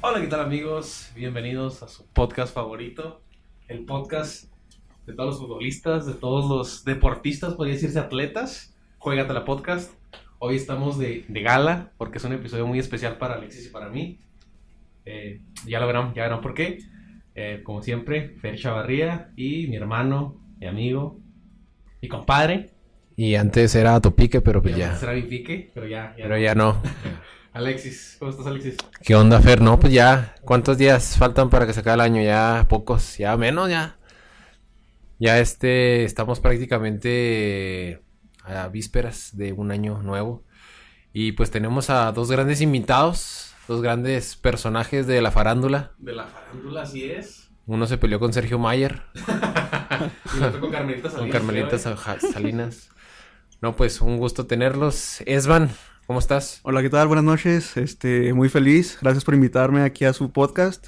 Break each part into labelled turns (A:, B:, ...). A: Hola, ¿qué tal amigos? Bienvenidos a su podcast favorito, el podcast de todos los futbolistas, de todos los deportistas, podría decirse atletas. Juégate la podcast. Hoy estamos de, de gala porque es un episodio muy especial para Alexis y para mí. Eh, ya lo verán, ya verán por qué. Eh, como siempre, Fer Chavarría y mi hermano, mi amigo, mi compadre.
B: Y antes era Topique, pero pues
A: Mi hermano
B: ya.
A: será mi pique, pero ya, ya.
B: Pero ya no.
A: Alexis, ¿cómo estás Alexis?
B: ¿Qué onda, Fer? No, pues ya. ¿Cuántos días faltan para que se acabe el año? Ya pocos, ya menos, ya. Ya este, estamos prácticamente a vísperas de un año nuevo. Y pues tenemos a dos grandes invitados, dos grandes personajes de la farándula.
A: De la farándula, así es.
B: Uno se peleó con Sergio Mayer,
A: Y el otro con Carmelita
B: con
A: Salinas,
B: Carmelita
A: creo, ¿eh?
B: Sa- Salinas. No, pues un gusto tenerlos. Esban, ¿cómo estás?
C: Hola, ¿qué tal? Buenas noches. Este, muy feliz. Gracias por invitarme aquí a su podcast.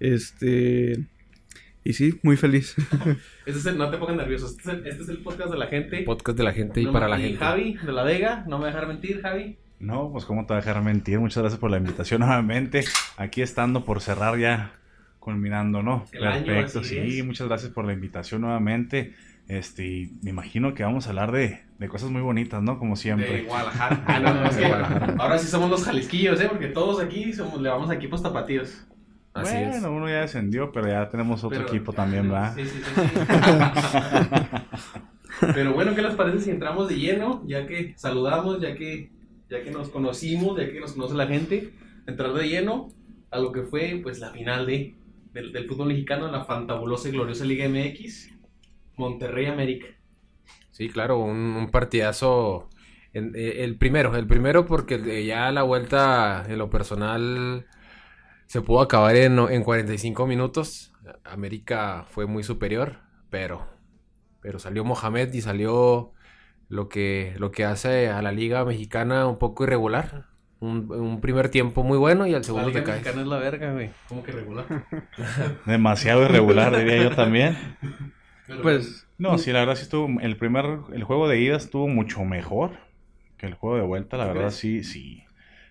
C: Este, y sí, muy feliz.
A: Este es el, no te pongas nervioso. Este es el, este es el podcast de la gente.
B: Podcast de la gente y
A: No me-
B: para la gente.
A: Javi de la Vega, no me va a dejar mentir, Javi.
D: No, pues cómo te voy a dejar mentir. Muchas gracias por la invitación nuevamente. Aquí estando por cerrar ya, culminando, ¿no?
A: El año,
D: Perfecto,
A: así
D: sí.
A: es.
D: Muchas gracias por la invitación nuevamente. Este, y me imagino que vamos a hablar de, de cosas muy bonitas, ¿no? Como
A: De
D: siempre.
A: Guadalajara. Ah, no, no, es
B: De
A: que
B: Guadalajara.
A: ahora sí somos los jalisquillos, ¿eh? Porque todos aquí somos, le vamos a equipos tapatíos.
B: Así
D: bueno,
B: es.
D: uno ya descendió, pero ya tenemos otro
A: Pero-
D: equipo también, ¿verdad?
A: Sí, sí, sí. sí. Pero bueno, ¿qué les parece si entramos de lleno? Ya que saludamos, ya que, ya que nos conocimos, ya que nos conoce la gente, entrar de lleno a lo que fue pues la final de, del, del fútbol mexicano, la fantabulosa y gloriosa Liga MX, Monterrey América.
B: Sí, claro, un, un partidazo. en- eh, el primero, el primero porque eh, ya la vuelta en lo personal se pudo acabar en, en 45 minutos. América fue muy superior, pero, pero salió Mohamed y salió lo que, lo que hace a la liga mexicana un poco irregular. Un, un primer tiempo muy bueno y al
A: La
B: segundo
A: Liga
B: te caes.
A: Mexicana es la verga, güey. ¿Cómo que regular?
D: Demasiado irregular, diría yo también.
A: Pero-
C: Pues,
D: No, sí, la verdad sí estuvo. El primer, el juego de ida estuvo mucho mejor que el juego de vuelta, la
A: ¿Tú
D: verdad
A: crees?
D: sí, sí.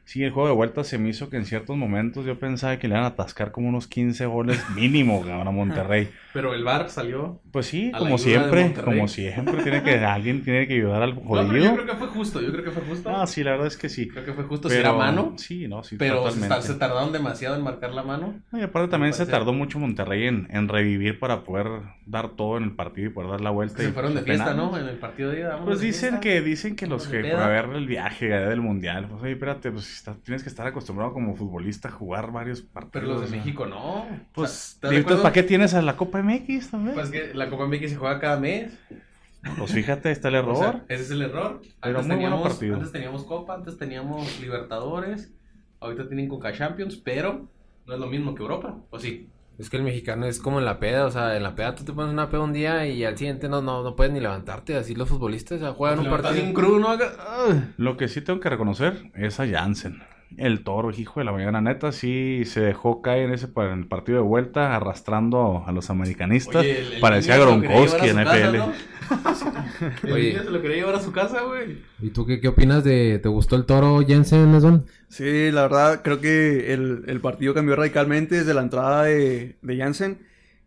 D: Sí, el juego de vuelta se me hizo que en ciertos momentos yo pensaba que le iban a atascar como unos 15 goles mínimo cabrón, a Monterrey.
A: Pero el VAR salió.
D: Pues sí,
A: A la
D: como
A: ayuda de
D: siempre,
A: Monterrey.
D: como siempre, tiene que, alguien tiene que ayudar al
A: No, pero yo
D: jodido.
A: creo que fue justo, yo creo que fue justo.
D: Ah, sí, la verdad es que sí.
A: Creo que fue justo, si
D: Pero-
A: era mano,
D: Sí, no, sí,
A: pero se, tar-
D: totalmente.
A: se tardaron demasiado en marcar la mano.
D: No, y aparte también
A: Me
D: se
A: parece-
D: tardó mucho Monterrey en, en revivir para poder dar todo en el partido y poder dar la vuelta.
A: Se
D: y pues,
A: fueron de
D: penal.
A: fiesta, ¿no? En el partido de ida. vámonos
D: Pues
A: de
D: dicen
A: fiesta.
D: que dicen que los
A: Vamos
D: que
A: de
D: por
A: peda.
D: haber el viaje del mundial, pues oye, espérate, pues está- tienes que estar acostumbrado como futbolista a jugar varios partidos.
A: Pero los de
D: o sea.
A: México no.
D: Pues,
A: O sea, ¿estás de
D: entonces,
A: acuerdo?
D: ¿para qué tienes a la Copa MX también?
A: Pues que la Copa MX se juega cada mes.
D: Pues fíjate, está el
A: O
D: error.
A: sea, ese es el error.
D: Pero
A: Antes
D: muy bueno
A: teníamos,
D: partido.
A: antes teníamos Copa, antes teníamos Libertadores. Ahorita tienen Coca Champions, pero no es lo mismo que Europa. ¿O sí?
B: Es que el mexicano es como en la peda, o sea, en la peda tú te pones una peda un día y al siguiente no, no, no puedes ni levantarte, así los futbolistas, o sea, juegan un
A: Levantarse
B: partido.
A: en crudo, ¿no? Ah.
D: Lo que sí tengo que reconocer es a Jansen. El toro, hijo de la mañana neta, sí se dejó caer en ese par- en el partido de vuelta arrastrando a los americanistas.
A: Oye, el- el
D: Parecía
A: niño se lo quería
D: Gronkowski en
A: llevar a su
D: FL.
A: casa, ¿no? El
B: Oye.
A: niño se lo quería llevar a su casa, güey.
B: ¿Y tú qué, qué opinas de, te gustó el toro Jensen, Esban?
C: sí, la verdad, creo que el, el partido cambió radicalmente desde la entrada de, de Jansen.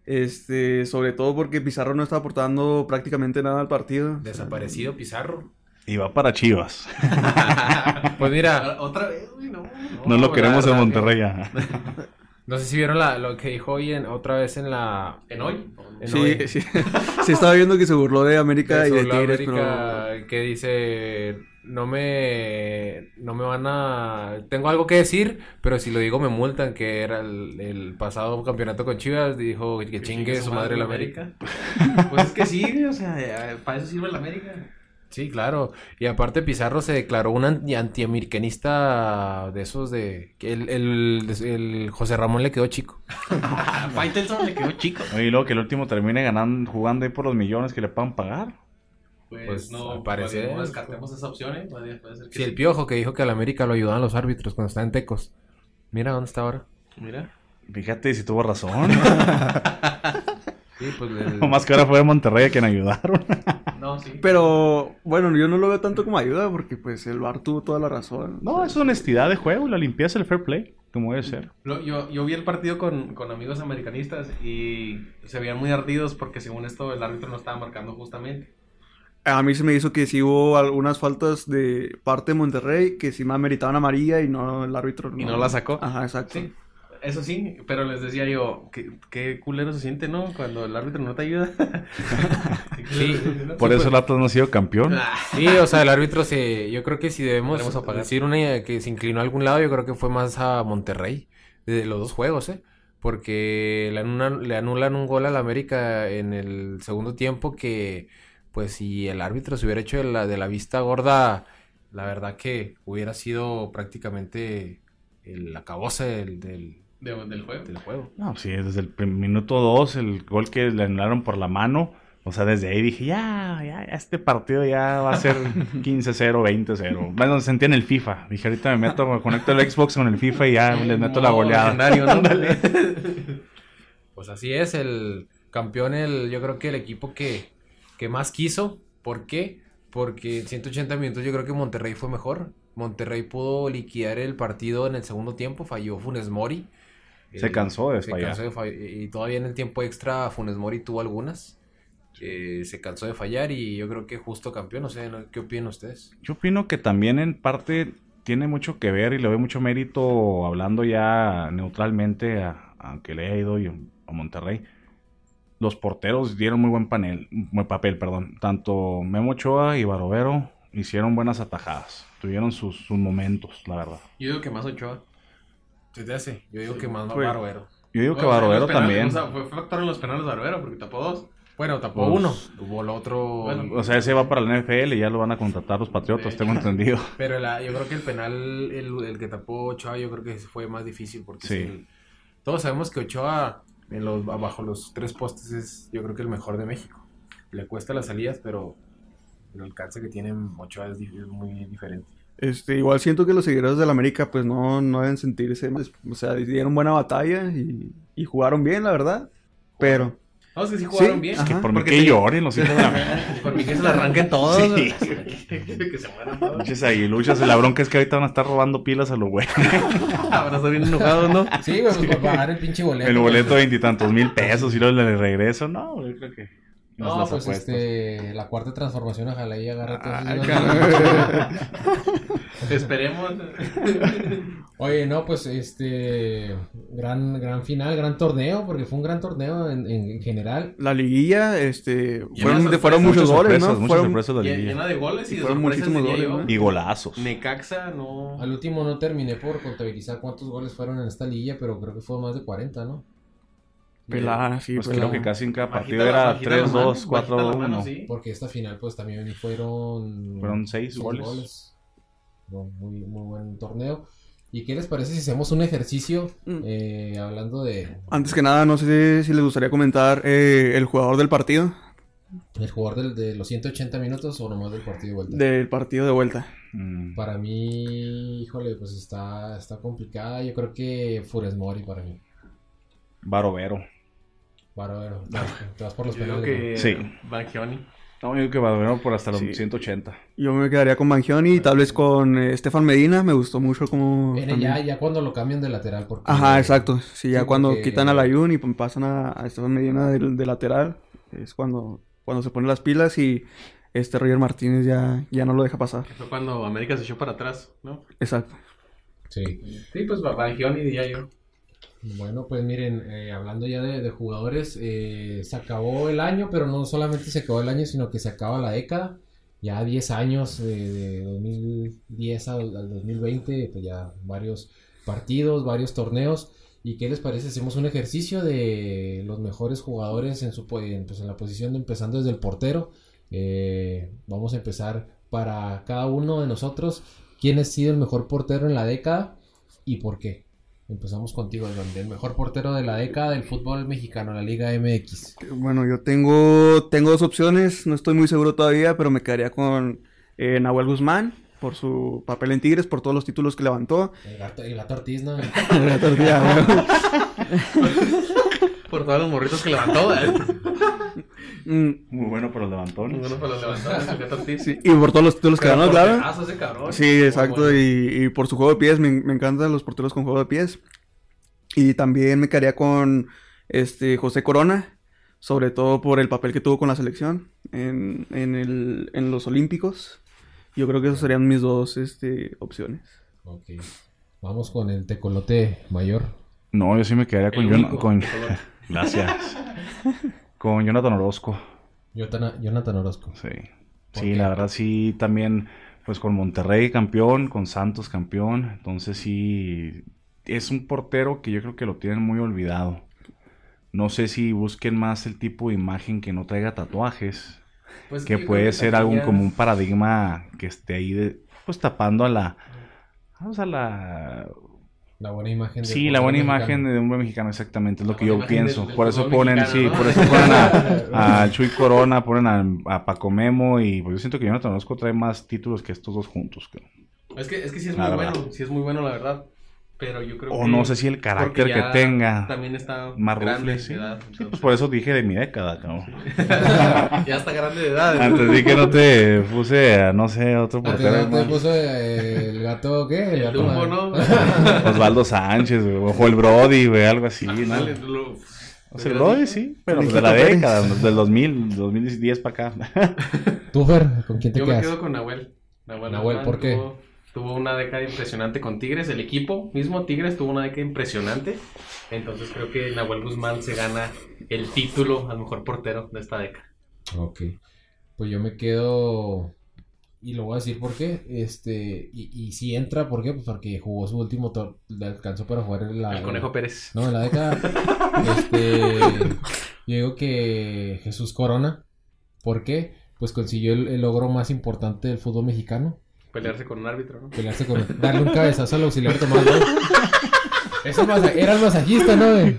C: Este, sobre todo porque Pizarro no está aportando prácticamente nada al partido.
B: Desaparecido Pizarro.
D: Y va para Chivas.
B: Pues mira,
A: Ah, Otra vez, güey, no. no.
D: No,
B: No,
D: lo queremos
B: la
D: en
B: verdad
D: Monterrey. ya.
B: no sé si vieron la, lo que dijo hoy en, otra vez en la...
A: ¿En hoy?
B: en
C: Sí,
B: hoy.
C: sí. sí, estaba viendo que se burló de América
B: Que
C: y de
B: sobre eh. la
C: Tigres,
B: América, que dice, no me, no me van a, tengo algo que decir, pero si lo digo me multan, que era el, el pasado campeonato con Chivas, dijo que, chingue su madre la América.
A: pues es que sí, güey, o sea, eh, para eso sirve la América.
B: Sí, claro. Y aparte Pizarro se declaró un anti- antiamericanista de esos de... que El, el, el José Ramón le quedó chico. Ah,
A: A Faitelson le quedó chico.
D: Oye, y luego que el último termine ganando, jugando ahí por los millones que le puedan pagar.
A: Pues,
B: Pues,
A: no,
B: al parecer.
A: no descartemos esa opción, ¿eh? Puede, puede ser que
B: Sí, el
A: sí.
B: Piojo que dijo que al América lo ayudaban los árbitros cuando estaba en Tecos. Mira dónde está ahora.
A: Mira.
D: Fíjate si tuvo razón.
B: Sí, pues el-
D: Nomás que ahora fue de Monterrey a quien ayudaron.
A: No, sí.
C: Pero bueno, yo no lo veo tanto como ayuda porque pues el bar tuvo toda la razón.
D: No, es honestidad de juego, la limpieza, el fair play, como debe ser.
A: Lo- yo, yo vi el partido con, con amigos americanistas y se veían muy ardidos porque según esto el árbitro no estaba marcando justamente.
C: A mí se me hizo que sí hubo algunas faltas de parte de Monterrey que sí me meritaban amarilla y no el árbitro.
A: Y no la sacó.
C: Ajá, exacto.
A: Sí. Eso sí, pero les decía yo, qué, qué culero se siente, ¿no? Cuando el árbitro no te ayuda.
B: Sí,
D: Por eso el Atlas no ha sido campeón.
A: Ah,
B: Sí, o sea, el árbitro se. Yo creo que si debemos
A: Podremos apagar.
B: decir una que se inclinó a algún lado, yo creo que fue más a Monterrey. De los dos juegos, ¿eh? Porque le anulan, le anulan un gol al América en el segundo tiempo que, pues, si el árbitro se hubiera hecho de la, de la vista gorda, la verdad que hubiera sido prácticamente el acabose del, del,
A: de- del juego.
B: del juego.
D: No, sí, desde el prim- minuto 2, el gol que le anularon por la mano. O sea, desde ahí dije, ya, ya, ya, este partido ya va a ser 15-0, 20-0. Bueno, sentí en el FIFA. Dije, ahorita me meto, me conecto el Xbox con el FIFA y ya les meto la
A: Modo
D: goleada.
A: legendario, ¿no?
B: Pues así es, el campeón, el, yo creo que el equipo que, que más quiso. ¿Por qué? Porque en 180 minutos yo creo que Monterrey fue mejor. Monterrey pudo liquidar el partido en el segundo tiempo, falló Funes Mori.
D: Se
B: Eh,
D: cansó de
B: se
D: fallar.
B: cansó de fall- y todavía en el tiempo extra Funes Mori tuvo algunas. Eh, se cansó de fallar y yo creo que justo campeón. No sé, ¿no? ¿qué opinan ustedes?
D: Yo opino que también en parte tiene mucho que ver y le doy mucho mérito hablando ya neutralmente, a- aunque le haya ido yo a Monterrey. Los porteros dieron muy buen panel, muy papel, perdón. Tanto Memo Ochoa y Barovero hicieron buenas atajadas. Tuvieron sus, sus momentos, la verdad.
A: Yo digo que más Ochoa.
B: ¿Se te hace? Yo digo que más
C: Pues-
B: barbero.
D: Yo digo que
A: Bueno, en
D: Barovero
A: los penales,
D: también.
A: O sea, fue fue factor en los penales Barbero porque tapó dos.
B: Bueno, tapó
D: Pues-
B: uno. Tuvo el otro.
A: Bueno,
D: O sea, ese va para la NFL y ya lo van a contratar los Patriotas,
A: Sí.
D: tengo entendido.
B: Pero la, yo creo que el penal, el, el que tapó Ochoa, yo creo que ese fue más difícil porque
D: Sí.
B: sí, todos sabemos que Ochoa en los, bajo los tres postes es yo creo que el mejor de México. Le cuesta las salidas, pero el alcance que tiene Ochoa es, dif- es muy diferente.
C: Este, igual siento que los seguidores del América pues no, no deben sentirse, pues, o sea, dieron buena batalla y, y jugaron bien, la verdad. Pero
A: No, es que sí jugaron
C: Sí,
A: bien.
C: ajá.
D: Por mí
A: Porque
D: que
A: te-
D: lloren los hijos de Ah. la
A: Por mí que se la arranquen todos.
D: Sí.
A: que se mueran todos.
D: Pinches aguiluchas, la bronca es que ahorita van a estar robando pilas a los güeyes.
A: Ahora está bien enojado, ¿no?
B: Sí, güey, pues, para pagar el pinche boleto.
D: El boleto pues. de
B: güey.
D: veintitantos mil pesos y luego le regreso. No, yo creo que.
B: No,
D: las
B: pues
D: apuestas.
B: este, la cuarta transformación, ojalá y agarre todos
C: Ah,
B: esos-
A: Esperemos.
B: Oye, no, pues este gran, gran final, gran torneo, porque fue un gran torneo en, en- en general.
C: la liguilla, este,
A: Y
C: fueron,
A: además,
C: fueron
A: pues,
C: muchos goles,
D: Muchas sorpresas,
C: ¿no?
D: muchas
C: Fueron-
D: sorpresas de la
A: Lle-
D: liguilla.
A: Llena de goles y de
C: Fueron
A: sorpresas
C: muchísimos
A: diría yo.
C: goles, ¿no?
D: Y golazos.
A: Necaxa no.
B: Al último no terminé por contabilizar cuántos goles fueron en esta liguilla, pero creo que fue más de 40, ¿no?
C: Pelada, sí,
D: Pues
C: pelada.
D: creo que casi en cada
A: Bajita
D: partido
A: la-
D: era
A: bajita la mano,
D: 3-2,
A: bajita la mano,
D: 4-1.
A: sí.
B: Porque esta final pues también fueron...
D: Fueron 6
B: seis
D: goles.
B: No, muy, muy buen torneo. ¿Y qué les parece si hacemos un ejercicio
C: Mm.
B: eh, hablando de
C: Antes que nada, no sé si les gustaría comentar eh, el jugador del partido,
B: el jugador del- de los 180 minutos o nomás del partido de vuelta?
C: del partido de vuelta.
D: Mm.
B: Para mí, híjole, pues está, está complicada. Yo creo que Funes Mori para mí.
D: Barovero.
B: Bárbaro. Te vas por los
A: Yo creo
B: penales,
A: que
D: Sí.
A: Bangioni.
D: No, yo creo que Barovero por hasta los
C: Sí.
D: 180.
C: Yo me quedaría con Bangioni y tal vez con eh, Estefan Medina, me gustó mucho como...
B: ¿no? Viene ya, ya cuando lo cambian de lateral. Porque,
C: Ajá, exacto. Sí, ya
B: sí,
C: cuando
B: porque-
C: quitan a la Yun y pues, pasan a, a Esteban Medina del de lateral, es cuando, cuando se ponen las pilas y este Roger Martínez ya, ya no lo deja pasar.
A: Que fue cuando América se echó para atrás, ¿no?
C: Exacto.
B: Sí.
A: Sí, pues Bangioni diría yo.
B: Bueno, pues miren, eh, hablando ya de, de jugadores, eh, se acabó el año, pero no solamente se acabó el año, sino que se acaba la década. Ya 10 años, eh, de 2010 al, al 2020, pues ya varios partidos, varios torneos. ¿Y qué les parece? Hacemos un ejercicio de los mejores jugadores en, su, po- en, pues, en la posición, de- empezando desde el portero. Eh, vamos a empezar para cada uno de nosotros. ¿Quién ha sido el mejor portero en la década y por qué? Empezamos contigo, John, el mejor portero de la década del fútbol mexicano, la Liga MX.
C: Bueno, yo tengo, tengo dos opciones, no estoy muy seguro todavía, pero me quedaría con eh, Nahuel Guzmán por su papel en Tigres, por todos los títulos que levantó.
B: El gato, el gato Ortiz, ¿no?
C: La tortilla, güey.
A: Por todos los morritos que levantó, ¿eh?
C: Mm,
D: Muy bueno para los levantones.
A: Muy bueno para los levantones, el gato Ortiz.
C: sí, y por todos los títulos que
A: Pero
C: ganó, claro.
D: pues,
A: porterazo ese Ah, cabrón.
C: Sí, exacto.
A: Muy bueno.
C: Y, y por su juego de pies, me, me encantan los porteros con juego de pies. Y también me quedaría con este José Corona, sobre todo por el papel que tuvo con la selección en, en, el, en los Olímpicos. Yo creo que esas serían mis dos este, opciones.
B: Ok. Vamos con el tecolote mayor.
D: No, yo sí me quedaría con,
A: El
D: Jon-
A: único.
D: con- Gracias. con Jonathan Orozco.
B: Jonathan, Jonathan Orozco.
D: Sí.
B: ¿Por
D: Sí,
B: qué?
D: la verdad sí también pues con Monterrey campeón, con Santos campeón, entonces sí es un portero que yo creo que lo tienen muy olvidado. No sé si busquen más el tipo de imagen que no traiga tatuajes,
A: Pues
D: que
A: yo creo
D: puede ser algún
A: también
D: como un paradigma que esté ahí de- pues tapando a la vamos a la
B: La buena imagen. del
D: sí, la buena
B: mexicano.
D: imagen de un buen mexicano exactamente, es lo
A: La
D: que
A: buena
D: yo
A: imagen del-
D: pienso.
A: del
D: por eso
A: fútbol
D: ponen, sí,
A: mexicano, ¿no?
D: por eso ponen
B: Ah,
D: a
A: Ah,
D: a Chuy Corona, ponen a, a Paco Memo y pues yo siento que Jonathan Orozco trae más títulos que estos dos juntos. creo.
A: Es que, es que sí es
D: La
A: muy
D: verdad.
A: bueno, sí es muy bueno, la verdad. Pero yo creo
D: O
A: que.
D: no sé si el
A: porque
D: carácter que
A: ya
D: tenga.
A: También está
D: Más
A: grande
D: rufles, sí.
A: de edad.
D: Sí, pues por eso dije de mi década, cabrón.
A: entonces. ya está grande de edad.
D: Antes di que no te puse a, no sé, otro
B: Antes
D: portero.
B: no te
D: hermano.
B: puso eh, el gato, ¿qué?
A: El
B: gato
A: Dumbo,
B: mal.
A: ¿no?
D: Osvaldo Sánchez, güey, o el Brody, güey, algo así, ¿no?
A: Dale, lo- pues,
D: O sea, el Brody, sí, pero pues, de la
C: Mijito Pérez.
D: década, del 2000, 2010 para acá.
B: Tú, Fer, ¿con quién te
A: Yo me
B: quedas?
A: quedo con Nahuel. Nahuel,
B: Nahuel,
A: Guzmán
B: ¿por qué?
A: Tuvo, tuvo una década impresionante con Tigres. El equipo mismo Tigres tuvo una década impresionante. Entonces creo que Nahuel Guzmán se gana el título al mejor portero de esta década.
B: Ok. Pues yo me quedo. Y lo voy a decir por qué. Este, y, y si entra, ¿por qué? Pues porque jugó su último tor- le alcanzó para jugar en la.
A: el Conejo Pérez.
B: No, en la década. este. Yo digo que Jesús Corona. ¿Por qué? Pues consiguió el, el logro más importante del fútbol mexicano.
A: Pelearse con un árbitro, ¿no?
B: Pelearse con. Darle un cabezazo al auxiliar Tomás Boy. Eso masa- era el masajista, ¿no? güey?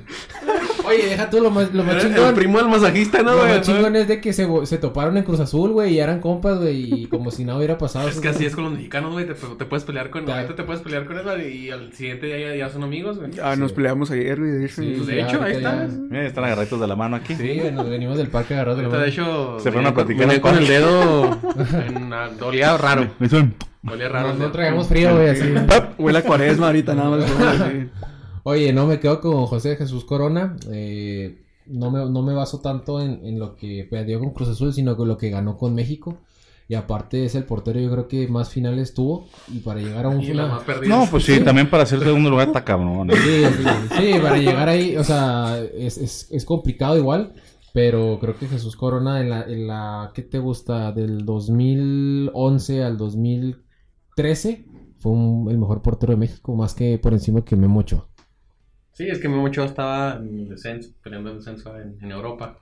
B: Oye, deja tú lo más, lo más chingón.
A: primo del masajista,
B: No,
A: güey?
B: lo chingón es de que se, vo- se toparon en Cruz Azul, güey, y eran compas, güey, y como si nada hubiera pasado.
A: Es que así es con los mexicanos, güey. Te, pues, te puedes pelear con. Ahorita te puedes pelear con él y al siguiente día ya, ya son amigos, güey.
C: Ah, nos
B: Sí.
C: peleamos ayer, güey, de hecho.
B: Sí,
A: Pues, de
B: ya,
A: hecho, ahí
B: ahorita
A: está.
D: Mira, están agarraditos de la mano aquí.
B: Sí, güey, nos venimos del parque agarrados de la
A: Ahorita,
B: mano.
A: de hecho.
D: Se fueron a
A: venía-
D: platicar
A: venía
D: al
A: con el
D: parque.
A: dedo. en- ah, dolía raro. Dolía
B: No,
A: raro. el
B: no
A: dedo.
B: traigamos frío, güey, así.
C: Pap, Huele a cuaresma ahorita, nada más. güey, sí.
B: Oye, no me quedo con José Jesús Corona. eh, no, me, no me baso tanto en, en lo que perdió con Cruz Azul, sino con lo que ganó con México. Y aparte es el portero, yo creo que más finales tuvo. Y para llegar a un
A: Y la más
B: final.
A: perdida.
D: No, pues sí, también para ser segundo lugar está cabrón. ¿eh?
B: Sí, sí, sí, para llegar ahí, o sea, es, es, es complicado igual. Pero creo que Jesús Corona en la, en la. ¿Qué te gusta? Del 2011 al 2013 fue un- el mejor portero de México, más que por encima que Memo Ochoa.
A: Sí, es que Memo Ochoa estaba en el descenso, peleando el descenso en, en Europa.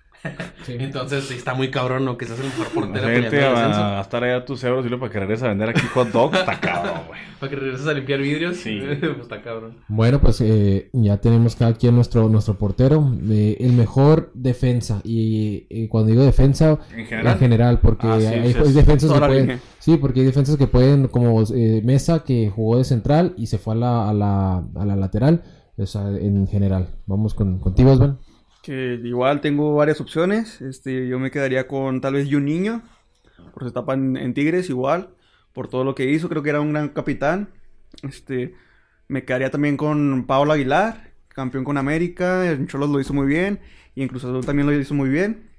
A: Entonces, sí, está muy cabrón, ¿no? Que seas el mejor portero peleando
D: Gente
A: el
D: a
A: descenso.
D: gastar allá tus euros y luego para que regreses a vender aquí hot dogs, está cabrón, güey.
A: Para que regreses a limpiar vidrios.
D: Sí.
A: pues está cabrón.
B: Bueno, pues eh, ya tenemos cada quien nuestro, nuestro portero. eh, el mejor defensa. Y, eh, cuando digo defensa,
D: En
B: en general, porque
D: Ah, sí,
B: hay,
D: sí,
B: hay
D: sí.
B: defensas que
C: Toda la
B: pueden.
C: línea.
B: Sí, porque hay defensas que pueden, como eh, Mesa, que jugó de central y se fue a la, a la, a la lateral. O sea, en general. Vamos con, contigo, Osvaldo.
C: Que igual tengo varias opciones. Este, yo me quedaría con tal vez un niño. Por su etapa en, en Tigres, igual. Por todo lo que hizo, creo que era un gran capitán. Este, me quedaría también con Pablo Aguilar, campeón con América. En Cholos lo hizo muy bien. Y en Cruz Azul también lo hizo muy bien.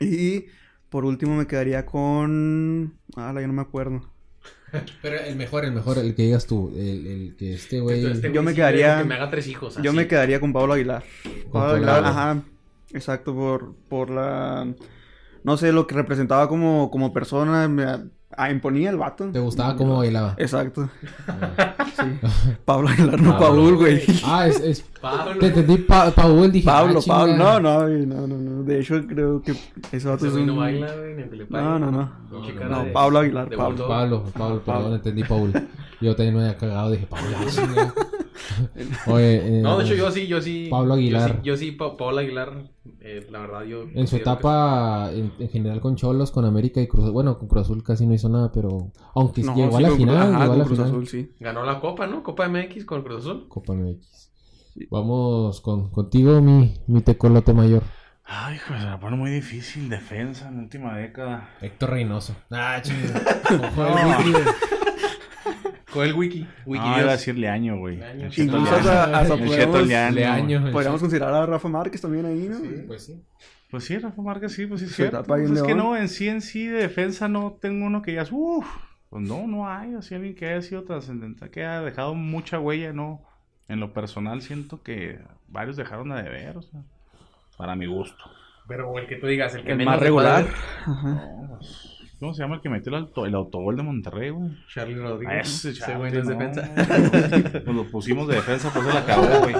C: Y por último me quedaría con. Ah, la- ya no me acuerdo.
B: Pero el mejor, el mejor, el que digas tú. El, que este güey.
A: Entonces, este
C: Yo
A: güey
C: me
A: sí
C: quedaría-
A: quiere Que me haga tres hijos.
C: Yo
A: así.
C: me quedaría con Pablo Aguilar. Pablo
B: Pablo
C: Aguilar,
B: Aguilar.
C: ajá. Exacto, por, por la. No sé, lo que representaba como, como persona. Me ah, imponía el vato.
B: ¿Te gustaba cómo bailaba?
C: Exacto. Sí. Pablo Aguilar, no Paul, güey.
B: Ah, es. es-
A: Pablo.
B: te entendí, Pa- Paul. Dije,
C: Pablo,
B: ah, chinga.
C: Pablo. No, no, güey, no, no, no. De hecho, creo que ese vato
A: Ese güey
C: es Pues un...
A: no baila, güey, ni aunque le paguen.
C: No, no, no.
A: Pinche
B: No,
A: cara
C: no,
A: de-
C: Pablo Aguilar,
A: de
C: Pablo.
A: bulldog.
B: Pablo, Pablo, perdón,
C: Pablo.
B: entendí Paul. Yo también me había cagado, dije Paul. ah, chinga. Oye, eh,
A: No, de hecho yo sí, yo sí.
B: Pablo
A: Yo
B: Aguilar.
A: sí, yo sí, Pa- Pablo Aguilar, eh, la verdad yo...
B: En su
A: considero
B: etapa, en, en general con Cholos, con América y Cruz Azul. Bueno, con Cruz Azul casi no hizo nada, pero. Aunque
C: No,
B: llegó a
C: sí,
B: la
C: con Cruz-
B: final,
C: ajá,
B: llegó a
C: con
B: la
C: Cruz
B: final.
C: Azul, sí.
A: que Ganó la Copa, ¿no? Copa MX con Cruz Azul.
B: Copa MX. Vamos con, contigo, mi, mi tecolote mayor.
D: Ay, hijo, se la pone muy difícil. Defensa en última década.
B: Héctor Reynoso. Ah, chido.
A: Con el Wiki. Wiki
D: no, iba a decirle año, güey.
A: Año.
D: El Cheto
C: Incluso
D: Leano.
C: hasta, hasta
D: El Cheto
C: podríamos,
B: Ah,
D: Leano.
B: Leaño.
C: podríamos considerar a Rafa Márquez también ahí, ¿no?
B: Pues sí.
D: Pues sí, Rafa Márquez, sí, pues sí, es
C: Su
D: cierto.
C: etapa ahí en
D: Pues es que
C: León.
D: no, en sí, en sí, de defensa no tengo uno que digas, uff, pues no, no hay, así alguien que haya sido trascendental, que ha dejado mucha huella, no. En lo personal siento que varios dejaron a deber, o sea, para mi gusto.
A: Pero el que tú digas, el que
C: El
A: menos
C: más
A: se puede
C: regular.
A: ver,
C: Ajá.
D: No, pues, ¿Cómo se llama el que metió el, auto- el autogol de Monterrey, güey?
A: Charlie
D: Ah,
A: Rodríguez.
D: ese
A: Ese
D: chavo,
A: güey no es
D: no,
A: defensa.
D: güey. Pues lo pusimos de defensa, pues se la acabó, güey.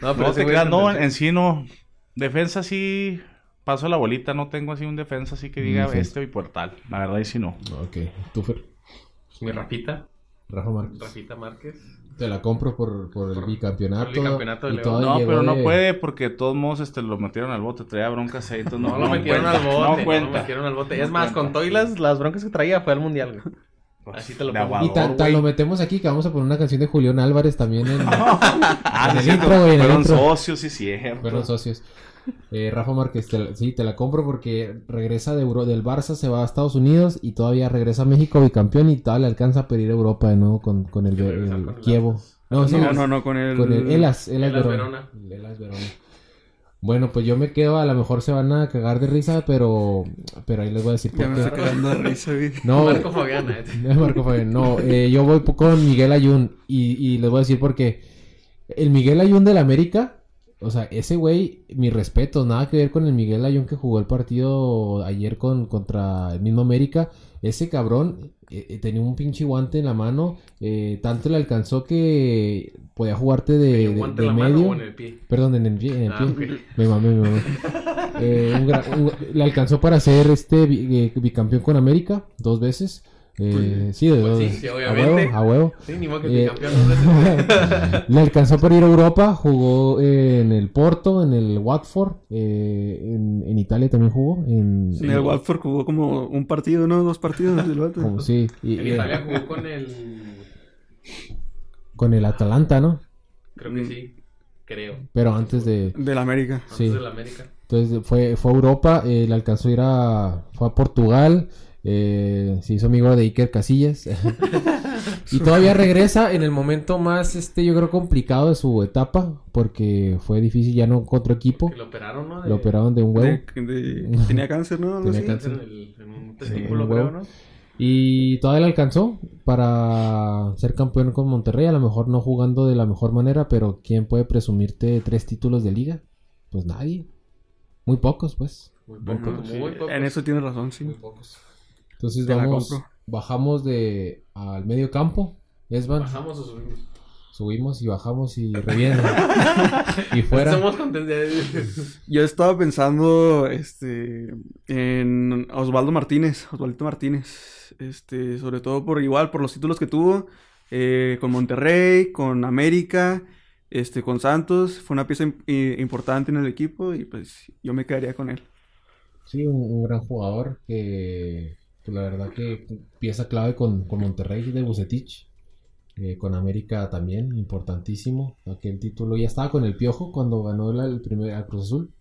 A: No,
D: No,
A: ese
D: te
A: güey
D: creas,
A: es
D: no,
A: defensa.
D: en sí no. Defensa sí, paso la bolita, no tengo así un defensa así que diga
B: Defensa.
D: este y portal. La verdad, ahí sí no.
B: Ok. Tú, Fer.
A: Mi Rafita.
B: Rafa Márquez.
A: Rafita Márquez.
B: Te la compro por, por el
A: Por-
B: bicampeonato.
A: por el bicampeonato de
B: y
A: León.
B: todo
D: No,
B: llegó
D: pero no
B: de-
D: puede porque de todos modos este, lo metieron al bote, traía broncas ahí. Entonces,
A: No lo metieron al
D: cuenta,
A: bote.
D: No
A: No lo
D: cuenta.
A: metieron al bote.
D: No
A: Es más,
D: cuenta.
A: con Toilas, las broncas que traía fue al mundial, güey. Así te lo pongo.
D: De
B: Y
D: aguador,
B: tan, tan
D: güey.
B: lo metemos aquí que vamos a poner una canción de Julián Álvarez también en, En
D: Ah, sí,
B: el
D: cierto,
B: intro, güey, en el
D: Fueron
B: intro.
D: socios, sí, cierto.
B: Fueron socios. Eh, Rafa Márquez, te la- sí, te la compro porque regresa de Euro, del Barça, se va a Estados Unidos y todavía regresa a México bicampeón y todavía le alcanza a pedir Europa de nuevo con, con el,
A: Que regresa
B: el
A: con el
B: Kievo.
A: Atlas.
B: No, sí, pues,
C: No, no, no, con el...
B: con el Elas, Elas
A: Elas
B: Verona. Elas Verona. Bueno, pues yo me quedo, a lo mejor se van a cagar de risa, pero, pero ahí les voy a decir
C: Ya
B: por
C: me está
B: qué.
C: cagando de risa, güey.
B: No,
A: Marco Fabiana. eh.
B: no, Marco Fabián, no. eh, yo voy po- con Miguel Ayun y, y les voy a decir porque el Miguel Ayun del América, o sea, ese güey, mi respeto, nada que ver con el Miguel Ayun que jugó el partido ayer con, contra el mismo América. Ese cabrón eh, eh, tenía un pinche guante en la mano, eh, tanto le alcanzó que podía jugarte de,
A: Un
B: de-
A: guante
B: eh, de
A: en la mano
B: medio.
A: o en el pie.
B: Perdón, en el pie. En el
A: Ah,
B: pie.
A: ok.
B: Me mamé, me mamé. Eh, un gra- un- le alcanzó para ser este bi- eh, bicampeón con América dos veces. Eh, sí, de
A: pues
B: dos
A: sí,
B: veces.
A: sí,
B: a
A: obviamente.
B: huevo, a huevo.
A: Sí, ni modo que
B: Eh,
A: bicampeón dos veces.
B: le alcanzó para ir a Europa, jugó eh, en el Porto, en el Watford, eh, en, en Italia también jugó. En,
C: En el Watford jugó como un partido, ¿no? Dos partidos desde el Watford.
B: como- sí, y- eh,
A: En
B: y-
A: Italia jugó con el.
B: con el Atalanta, ¿no?
A: Creo
B: Mm.
A: que sí. Creo.
B: Pero antes de...
C: Del América.
A: Antes
B: Sí.
A: del América.
B: Entonces fue, fue a Europa, eh, le alcanzó a ir a, fue a Portugal, eh, se hizo amigo de Iker Casillas. y todavía regresa en el momento más, este, yo creo, complicado de su etapa, porque fue difícil, ya no encontró equipo,
A: Que lo operaron, ¿no? De-
B: lo operaron de un huevo.
C: De- de- tenía cáncer, ¿no? Algo
B: Tenía
C: así.
B: cáncer.
A: En, el- en un testículo,
B: un
A: creo,
B: huevo.
A: ¿no?
B: Y todavía le alcanzó para ser campeón con Monterrey, a lo mejor no jugando de la mejor manera, pero ¿quién puede presumirte tres títulos de liga? Pues nadie. Muy pocos, pues.
A: Muy pocos,
C: Ajá, sí.
A: muy pocos.
C: En eso tiene razón,
A: Muy
C: sí.
A: pocos.
B: Entonces
C: Te la
B: vamos,
C: compro.
B: bajamos de al medio campo, Esban,
A: Bajamos o subimos.
B: subimos y bajamos y reviene. y fuera.
A: Somos contendientes.
C: Yo estaba pensando este, en Osvaldo Martínez, Osvaldito Martínez, este, sobre todo por igual, por los títulos que tuvo eh, con Monterrey, con América, este, con Santos, fue una pieza im- i- importante en el equipo y pues yo me quedaría con él.
B: Sí, un, un gran jugador que, que la verdad que pieza clave con, con Monterrey de Bucetich. eh, con América también, importantísimo. Aquel título ya estaba con el Piojo cuando ganó la- el primer a Cruz Azul.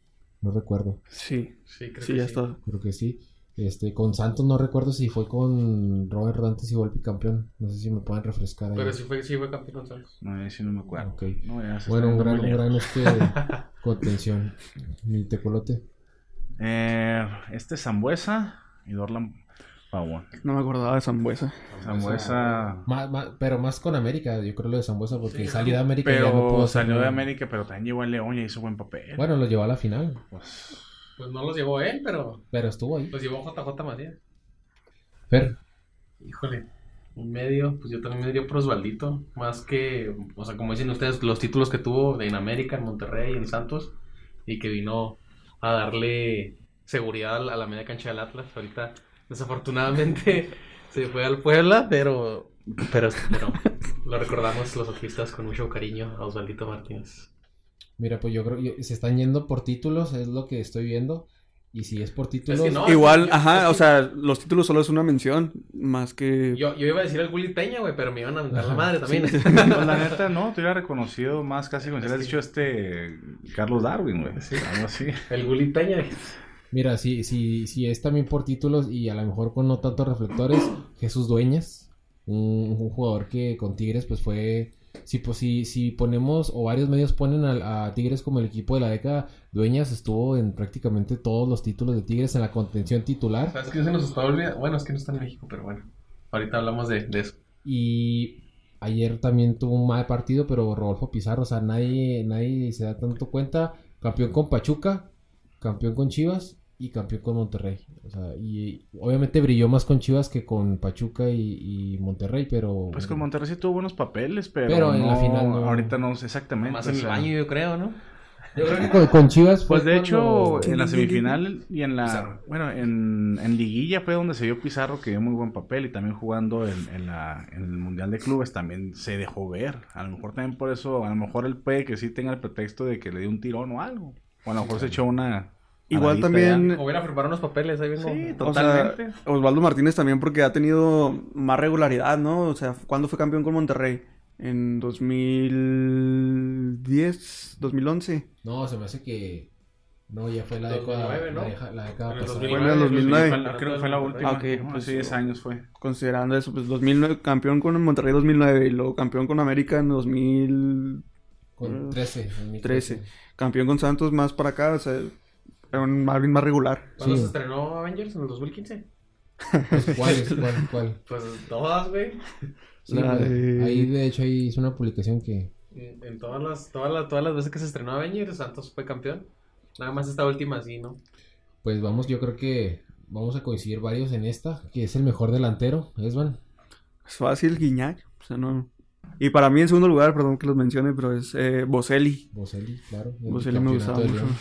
B: No recuerdo,
C: Sí,
A: Sí, creo
C: sí,
A: que
C: ya
A: sí.
C: está.
B: creo que sí. Este, con Santos no recuerdo si fue con Robert Dantes y Volpi campeón. No sé si me pueden refrescar ahí.
A: Pero sí fue, sí fue campeón con Santos.
D: No, ahí sí no me acuerdo.
B: Ok.
D: No, ya se
B: Bueno, un
D: está
B: gran,
D: yendo muy
B: un
D: lejos.
B: gran este contención. Mi tecolote.
D: Eh, este es Zambuesa y Dorlan Pavón.
C: No me acordaba de Zambuesa.
D: Zambuesa.
B: Ma- ma- pero más con América, yo creo lo de Zambuesa, porque
A: Sí,
B: salió de América y ya no
D: Pero
B: pudo hacer
D: salió de
B: nada.
D: América, pero también llegó al León y hizo buen papel.
B: Bueno, lo llevó a la final,
D: Pues,
A: Pues no los llevó él, pero
B: pero estuvo ahí.
A: los llevó JJ Macías.
B: Fer,
A: Híjole. Un medio, pues yo también me dio por Osvaldito. Más que, o sea, como dicen ustedes, los títulos que tuvo en América, en Monterrey, en Santos. Y que vino a darle seguridad a la, a la media cancha del Atlas. Ahorita, desafortunadamente, se fue al Puebla, pero Pero, pero lo recordamos los sofistas con mucho cariño a Osvaldito Martínez.
B: Mira, pues yo creo que se están yendo por títulos, es lo que estoy viendo. Y si es por títulos,
A: que no,
C: Igual,
A: yo-
C: ajá,
A: yo-
C: o sea, los títulos solo es una mención, más que...
A: Yo, yo iba a decir el Willy Peña, güey, pero me iban a dar la
B: Ajá.
A: madre también.
D: No, la neta, no, te hubiera reconocido más casi como si hubieras dicho este Carlos Darwin, güey. Algo así.
A: El Willy Peña.
B: mira, si, si, si es también por títulos y a lo mejor con no tantos reflectores, Jesús Dueñas, un, un jugador que con Tigres pues fue... Si, pues, si, si ponemos o varios medios ponen al- a, Tigres como el equipo de la década, Dueñas estuvo en prácticamente todos los títulos de Tigres en la contención titular.
A: ¿Sabes qué se nos está olvidando? Bueno, es que no está en México, pero bueno. Ahorita hablamos de, de eso.
B: Y ayer también tuvo un mal partido, pero Rodolfo Pizarro, o sea, nadie, nadie se da tanto cuenta. Campeón con Pachuca, campeón con Chivas y campeón con Monterrey. O sea, y obviamente brilló más con Chivas que con Pachuca y, y Monterrey, pero.
D: Pues con Monterrey sí tuvo buenos papeles, pero,
B: Pero en
D: no-
B: la final no.
D: ahorita no sé exactamente.
A: Más
D: o
A: en el
D: sea.
A: baño, yo creo, ¿no?
B: Yo creo que con, con Chivas fue.
D: Pues de hecho,
B: cuando-
D: en la semifinal y en la. Bueno, en, en Liguilla fue donde se vio Pizarro que dio muy buen papel y también jugando en, en la, en el Mundial de Clubes también se dejó ver. A lo mejor también por eso, a lo mejor él puede que sí tenga el pretexto de que le dio un tirón o algo. O a lo mejor se echó una.
C: Igual
D: aladita
C: también...
A: O voy a ir a preparar unos papeles, ahí
D: ya.
A: vengo.
D: Sí,
C: O sea,
D: totalmente.
C: Osvaldo Martínez también porque ha tenido más regularidad, ¿no? O sea, ¿cuándo fue campeón con Monterrey? En 2010, 2011.
B: No, se me hace que. No, ya fue la
A: 2009,
B: década.
A: ¿no?
B: La, deja- la década
A: En el
B: pasada.
A: 2009.
C: Fue en el 2009.
D: creo que fue la última.
C: Ah, ok,
D: ¿no?
C: pues,
D: Hace 10 años fue.
C: Considerando eso, pues 2009, campeón con el Monterrey 2009 y luego campeón con América en 2013.
A: Mm.
B: Con 13. 2013.
C: Campeón con Santos más para acá, o sea, era un Marvin más regular.
A: ¿Cuándo
B: Sí.
A: se estrenó Avengers? ¿En el 2015?
B: Pues, ¿Cuál es? ¿Cuál? ¿Cuál?
A: Pues todas, güey.
B: Sí,
C: La
B: pues,
C: de-
B: Ahí, de hecho, ahí hice una publicación que.
A: En en todas las, todas las, todas las veces que se estrenó Avengers, Santos fue campeón. Nada más esta última, sí, ¿no?
B: Pues vamos, yo creo que vamos a coincidir varios en esta, que es el mejor delantero, Esban.
C: Es fácil, Guiñac. O sea, no. Y para mí en segundo lugar, perdón que los mencione, pero es eh, Boselli.
B: Boselli, claro. el
C: Boselli Pues me
B: bicampeonato
C: gustaba
B: de
C: mucho.
B: León.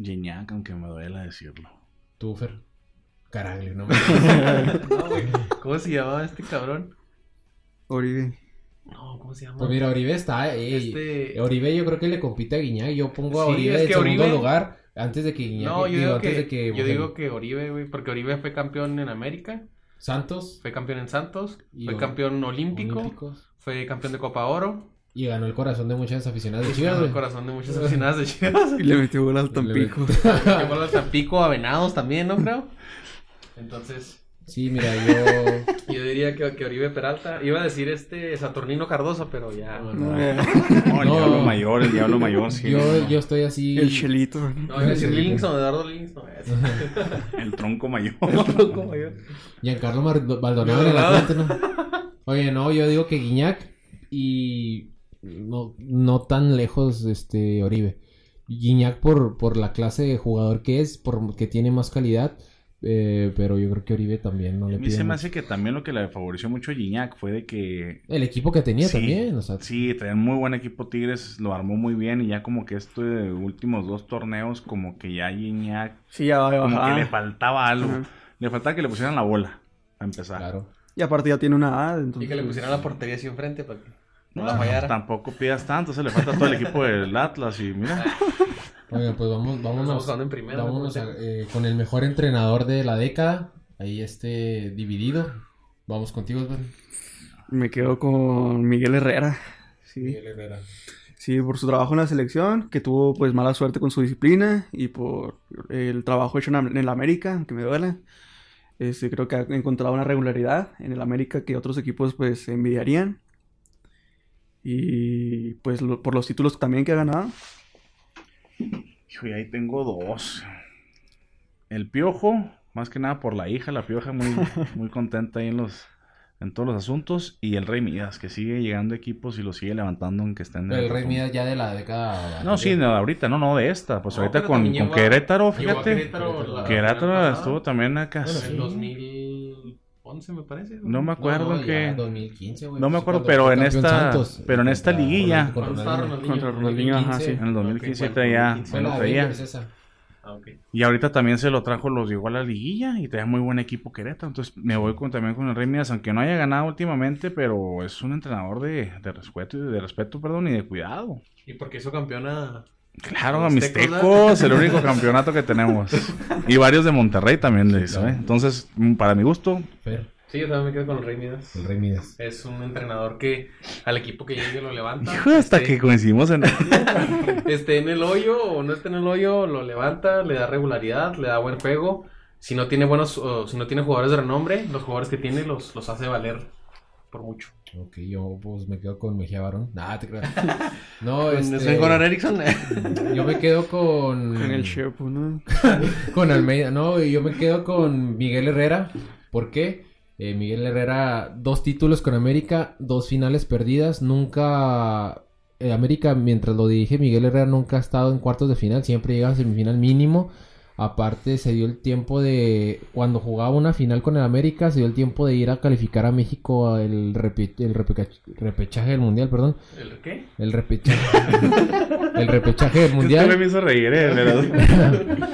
D: Gignac, aunque me duela decirlo.
B: Tú, Fer. Caragle, no me
A: No, güey. ¿Cómo se llamaba este cabrón?
C: Oribe.
A: No, ¿cómo se llama?
B: Pues mira, Oribe está, eh.
A: este...
B: Oribe yo creo que le compite a Guiñac. Yo pongo a
A: Sí,
B: Oribe
A: es
B: en
A: que
B: segundo
A: Oribe-
B: lugar antes de que Guiñac.
A: No, yo
B: digo,
A: digo,
B: antes
A: que,
B: de que
A: yo
B: Boselli.
A: digo que Oribe, güey, porque Oribe fue campeón en América,
B: Santos.
A: fue campeón en Santos,
B: Y
A: fue
B: Ori-
A: campeón olímpico,
B: Olímpicos.
A: fue campeón de Copa Oro,
B: Y ganó el corazón de muchas aficionadas de Chivas.
A: ganó el
B: güey.
A: corazón de muchas aficionadas de Chivas,
C: Y le metió gol al Tampico.
A: que fue a Tampico, a Venados también, ¿no creo? Entonces,
B: Sí, mira, yo.
A: yo diría que, que Oribe Peralta, iba a decir este Saturnino Cardoso, pero ya...
B: No,
D: No, el
B: No.
D: diablo mayor, el diablo mayor, sí.
B: yo,
D: no.
B: yo estoy así.
C: El chelito.
A: No, iba a decir Livingston, Eduardo Livingston. eso.
D: El tronco mayor.
A: Como yo.
B: Giancarlo Mar- Maldonado en la fuente, ¿no? Oye, no, yo digo que Guiñac y no, no tan lejos este Oribe. Guiñac por, por la clase de jugador que es, por que tiene más calidad, eh, pero yo creo que Oribe también no
D: A
B: le
D: mí
B: pide
D: se me
B: mucho.
D: hace que también lo que le favoreció mucho a Gignac fue de que
B: El equipo que tenía
D: Sí.
B: también, o sea,
D: sí, tenían muy buen equipo Tigres, lo armó muy bien y ya como que estos últimos dos torneos como que ya Gignac
C: Sí, ya va de
D: como
C: bajada.
D: que le faltaba algo.
C: Ajá.
D: Le faltaba que le pusieran la bola para empezar.
B: claro.
C: Y aparte ya tiene una A, entonces... pues,
A: Y que le pusieran la portería así enfrente para que no
D: No,
A: la
D: no,
A: fallara.
D: tampoco pidas tanto, se le falta a todo el equipo del Atlas y mira,
B: Oiga, pues vamos,
A: Estamos
B: vámonos,
A: jugando en primera.
B: vámonos
A: ¿no?
B: a- eh, con el mejor entrenador de la década, ahí este dividido. Vamos contigo, Osvaldo.
C: Me quedo con Miguel Herrera. Sí. sí, por su trabajo en la selección, que tuvo pues mala suerte con su disciplina y por el trabajo hecho en Am- en la América, que me duele. Este, creo que ha encontrado una regularidad en el América que otros equipos pues envidiarían. Y pues lo- por los títulos también que ha ganado.
D: hijo, y ahí tengo dos. El Piojo, más que nada por la hija, la Pioja muy, muy contenta ahí en los en todos los asuntos y el Rey Midas que sigue llegando equipos y lo sigue levantando aunque estén en
B: Pero el Rey
D: bottom.
B: Midas ya de la década.
D: No, sí,
B: anterior.
D: no, ahorita, no, no de esta. Pues
A: No,
D: ahorita
A: pero
D: con,
A: también
D: con
A: llegó a-
D: Querétaro,
A: Llegó a
D: fíjate.
A: Querétaro, la-
D: Querétaro
A: la pasada,
D: estuvo también acá.
B: Bueno,
A: En el
B: sí.
A: 2011 me parece.
D: No me acuerdo
B: ya
D: que.
B: 2015, güey,
D: No me
B: pues,
D: acuerdo,
B: cuando
D: pero
B: fue
D: en
B: campeón
D: esta-
B: Santos,
D: pero en esta
B: contra
D: liguilla.
B: Ronaldo- con
A: ¿Cuándo estaba
B: Ronaldinho.
A: Ronaldinho?
C: Contra Ronaldinho, ajá, sí.
D: En el 2015
A: Ok,
D: traía-
B: Fue
D: Bueno,
B: la
D: traía.
B: Avengers esa.
A: Ah, ok.
D: Y ahorita también se lo trajo, los llegó a la liguilla y traía muy buen equipo Querétaro. Entonces me voy con, también con el Rey Midas, aunque no haya ganado últimamente, pero es un entrenador de, de respeto, y de respeto, perdón, y de cuidado.
A: ¿Y por qué hizo campeona?
D: Claro, a
A: Los
D: mis
A: Tecos,
D: tecos, el único campeonato que tenemos. Y varios de Monterrey también le hizo, ¿eh? Entonces, mm, para mi gusto,
B: Fer,
A: Sí, yo también me quedo con el Rey Midas.
B: el Rey Midas.
A: Es un entrenador que al equipo que llegue lo levanta.
D: hijo, hasta que
A: Este,
D: coincidimos en...
A: esté en el hoyo o no esté en el hoyo, lo levanta, le da regularidad, le da buen juego. Si no tiene buenos, o si no tiene jugadores de renombre, los jugadores que tiene los, los hace valer por mucho.
B: Ok, yo pues me quedo con Mejía Barón. Nah, te creas. No,
A: ¿No
B: este,
A: soy Goran Erickson?
B: yo me quedo con...
C: En el Sherp, ¿no?
B: Con Almeida, no, y yo me quedo con Miguel Herrera. ¿Por qué? Eh, Miguel Herrera, dos títulos con América, dos finales perdidas. Nunca. eh, América, mientras lo dirige Miguel Herrera, nunca ha estado en cuartos de final. Siempre llega a semifinal mínimo. Aparte, se dio el tiempo de. Cuando jugaba una final con el América, se dio el tiempo de ir a calificar a México al repe- el repeca- repechaje del mundial, perdón.
A: ¿El qué?
B: El repechaje. el repechaje del mundial.
D: Este me hizo reír, ¿eh? La verdad.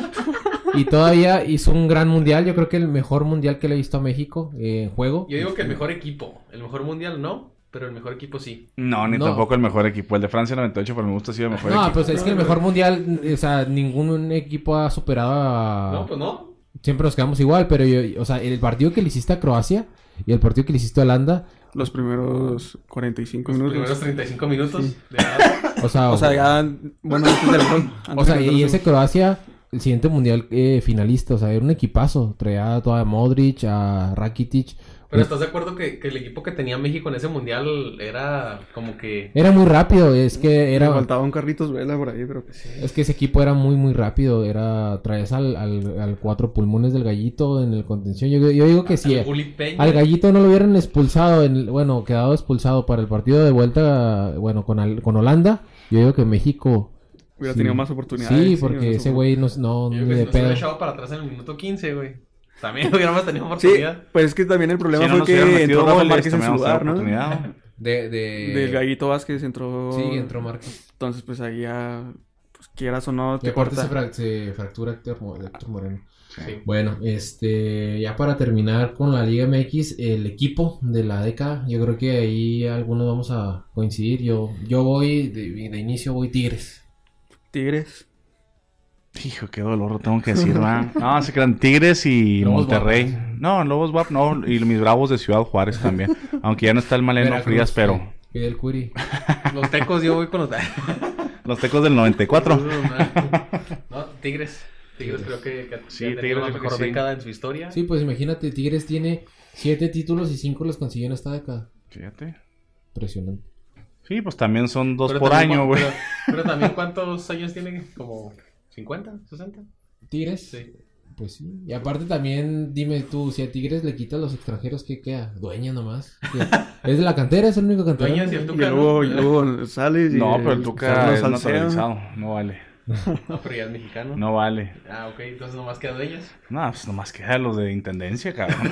B: Y todavía hizo un gran mundial. Yo creo que el mejor mundial que le he visto a México eh, en juego.
A: Yo digo que el mejor equipo. El mejor mundial no, pero el mejor equipo sí.
D: No, ni
B: No.
D: tampoco el mejor equipo. El de Francia 98, por mi gusto, ha sido el mejor
B: No,
D: equipo.
B: pues es que el mejor mundial, o sea, ningún equipo ha superado
D: Ah.
B: a...
A: No, pues no.
B: Siempre nos quedamos igual, pero yo, o sea, el partido que le hiciste a Croacia y el partido que le hiciste a Holanda,
C: Los primeros 45
A: Los primeros
C: minutos.
A: 35 minutos. De verdad.
B: o sea,
C: O sea, ya... Bueno, antes del gol.
B: Ah, o
C: antes
B: sea,
C: del gol,
B: y
C: sí.
B: ese Croacia, el siguiente mundial eh, finalista, o sea, era un equipazo. Traía a toda Modric, a Rakitic.
A: Pero ¿estás de acuerdo que, que el equipo que tenía México en ese mundial era como que...
B: Era muy rápido, es que
C: Le
B: era...
C: faltaba un Carritos Vela por ahí, pero... pues,
B: Es que ese equipo era muy, muy rápido. Era traes al, al, al cuatro pulmones del gallito en el contención. Yo, yo digo que sí. eh.
A: al Gullit Peña.
B: Al gallito no lo hubieran expulsado, en, bueno, quedado expulsado para el partido de vuelta, bueno, con, al- con Holanda. Yo digo que México.
C: Hubiera
B: sí.
C: tenido más oportunidades.
B: Pues Sí, porque
C: más
B: ese
C: oportunidades.
B: güey no, no,
A: Yo creo
B: ni
A: que si
B: de
A: nos hubiera
B: pedo.
A: echado para atrás en el minuto 15, güey. También hubiéramos tenido
C: Sí,
A: oportunidad.
C: pues es que también el problema
D: Si no
C: fue
D: nos hubieran
C: que
D: metido
C: entró Rafa
D: goles,
C: Márquez en su
D: también
C: lugar,
D: vamos a
C: ¿no?
D: tener oportunidad.
B: De, de...
C: Del Gallito Vázquez entró...
B: Sí, entró Marcos.
C: Entonces, pues ahí ya... Pues quieras o no,
B: Y
C: te
B: aparte
C: corta.
B: se, fra- se fractura Héctor Mo- Héctor Moreno.
A: Sí.
B: Bueno, este, ya para terminar con la Liga MX, el equipo de la década, yo creo que ahí algunos vamos a coincidir. Yo, yo voy, de, de inicio voy Tigres.
C: Tigres.
D: Hijo, qué dolor tengo que decir, ¿verdad? No, se crean Tigres y
B: Lobos
D: Monterrey.
B: Guap.
D: No, Lobos Wap no, y mis Bravos de Ciudad Juárez también. Aunque ya no está el Maleno
B: Veracruz,
D: Frías, pero
B: Fidel Curi.
A: Los tecos yo voy con los...
D: los Tecos del 94.
A: No, Tigres. Tigres creo que, que
D: Sí,
A: ha tenido
D: Tigres
A: la
D: yo creo
A: mejor
D: que sí.
A: década en su historia.
B: Sí, pues imagínate, Tigres tiene siete títulos y cinco los consiguió en esta década.
D: Fíjate.
B: Impresionante.
D: Sí, pues también son dos
A: Pero
D: por
A: también
D: año,
A: cu-
D: güey.
A: Pero, pero también cuántos años tiene, como 50, 60.
B: Tigres,
A: Sí.
B: pues sí. Y aparte también, dime tú, si a Tigres le quita a los extranjeros, ¿qué queda? Dueña nomás. es de la cantera, es el único cantera.
A: Dueñas y el
C: Y
A: Tuca. ¿no?
C: luego, y luego sales y...
D: No, pero el Tuca
C: Carlos
D: es
C: Salcedo.
D: naturalizado. No vale.
A: No, pero ya es mexicano.
D: No vale.
A: Ah, ok, entonces nomás queda Dueñas.
D: No, pues nomás quedan los de intendencia, cabrón.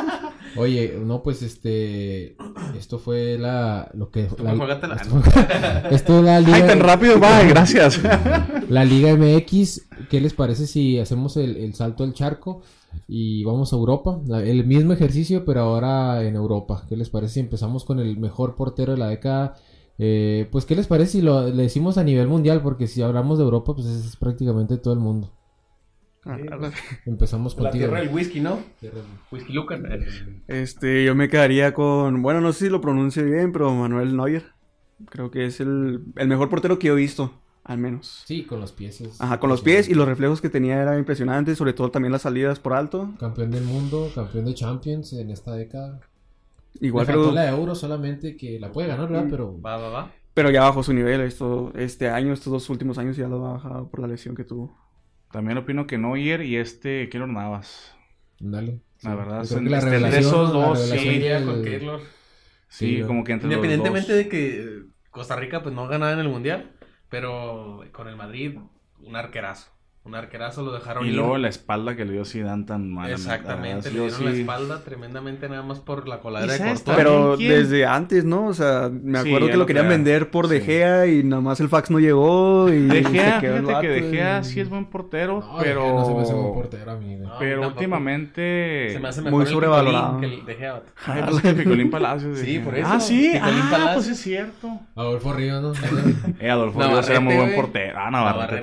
B: Oye, no, pues este. Esto fue la. Lo que.
A: Tú
B: la-
A: me jugaste la-
B: esto, fue- esto es la
D: Ay, tan
B: Liga,
D: rápido, bye, gracias.
C: Ah,
B: la Liga MX. ¿Qué les parece si hacemos el, el salto al charco y vamos a Europa? La- el mismo ejercicio, pero ahora en Europa. ¿Qué les parece si empezamos con el mejor portero de la década? Eh, pues, ¿qué les parece si lo le decimos a nivel mundial? Porque si hablamos de Europa, pues es, prácticamente todo el mundo.
C: Ah,
D: pues,
C: la-
B: Empezamos
A: La
B: contigo.
A: tierra del whisky, ¿no?
B: Tierra del-
A: Whisky Lucan.
C: Este, yo me quedaría con, bueno, no sé si lo pronuncio bien, pero Manuel Neuer. Creo que es el, el mejor portero que yo he visto, al menos.
B: Sí, con los pies. es-
C: Ajá, con los pies y los reflejos que tenía eran impresionantes, sobre todo también las salidas por alto.
B: Campeón del mundo, campeón de Champions en esta década.
C: Igual
B: Le faltó
C: creo,
B: la de euro solamente que la puede ganar,
D: Mm.
B: ¿verdad? Pero
A: Va, va, va.
C: pero ya bajó su nivel esto, este año, estos dos últimos años ya lo ha bajado por la lesión que tuvo.
D: También opino que Neuer y este Keylor Navas.
B: dale.
D: La
B: Yo
D: verdad,
B: creo
D: son-
B: que la
D: entre
B: revelación,
D: esos
B: ¿no? La
D: dos,
A: Sí,
B: revelación
A: iría
B: del-
A: con Keylor.
D: Sí,
B: Sí,
D: como que entre los
A: Independientemente
D: dos.
A: de que eh, Costa Rica pues no ganaba en el mundial, pero con el Madrid un arquerazo. Un arquerazo lo dejaron
D: Y
A: ir.
D: luego la Ah, espalda que le dio Zidane tan mal.
A: Exactamente, le dieron la espalda tremendamente nada más por la coladera
D: ¿Y
A: que
D: sabes
A: cortó.
C: Pero
D: ¿Quién?
C: desde antes, ¿no? O sea, me
D: Sí,
C: acuerdo
D: ya
C: que
D: lo
C: lo querían
D: crearon.
C: vender por De
D: Sí.
C: Gea y nada más el fax no llegó y
D: De
C: se
D: Gea,
C: quedó el
D: fíjate que
C: vato
D: De Gea
C: y-
D: sí es buen portero,
B: No,
D: pero...
B: ya no se me hace buen portero a mí, güey.
A: No,
D: Pero
A: tampoco.
D: últimamente...
A: Se me hace
C: muy
A: mejor el Picolín
C: sobrevalorado.
A: que el de Gea.
D: Ay, pues es que Picolín Palacios.
A: Sí,
D: dije.
A: por eso,
D: Ah, sí.
A: Picolín
D: ah,
A: Palacios.
D: pues es cierto.
B: Adolfo Ríos, ¿no?
D: Eh, Adolfo Ríos
A: Navarrete,
D: era muy buen
A: güey.
D: portero. Ah, Navarrete,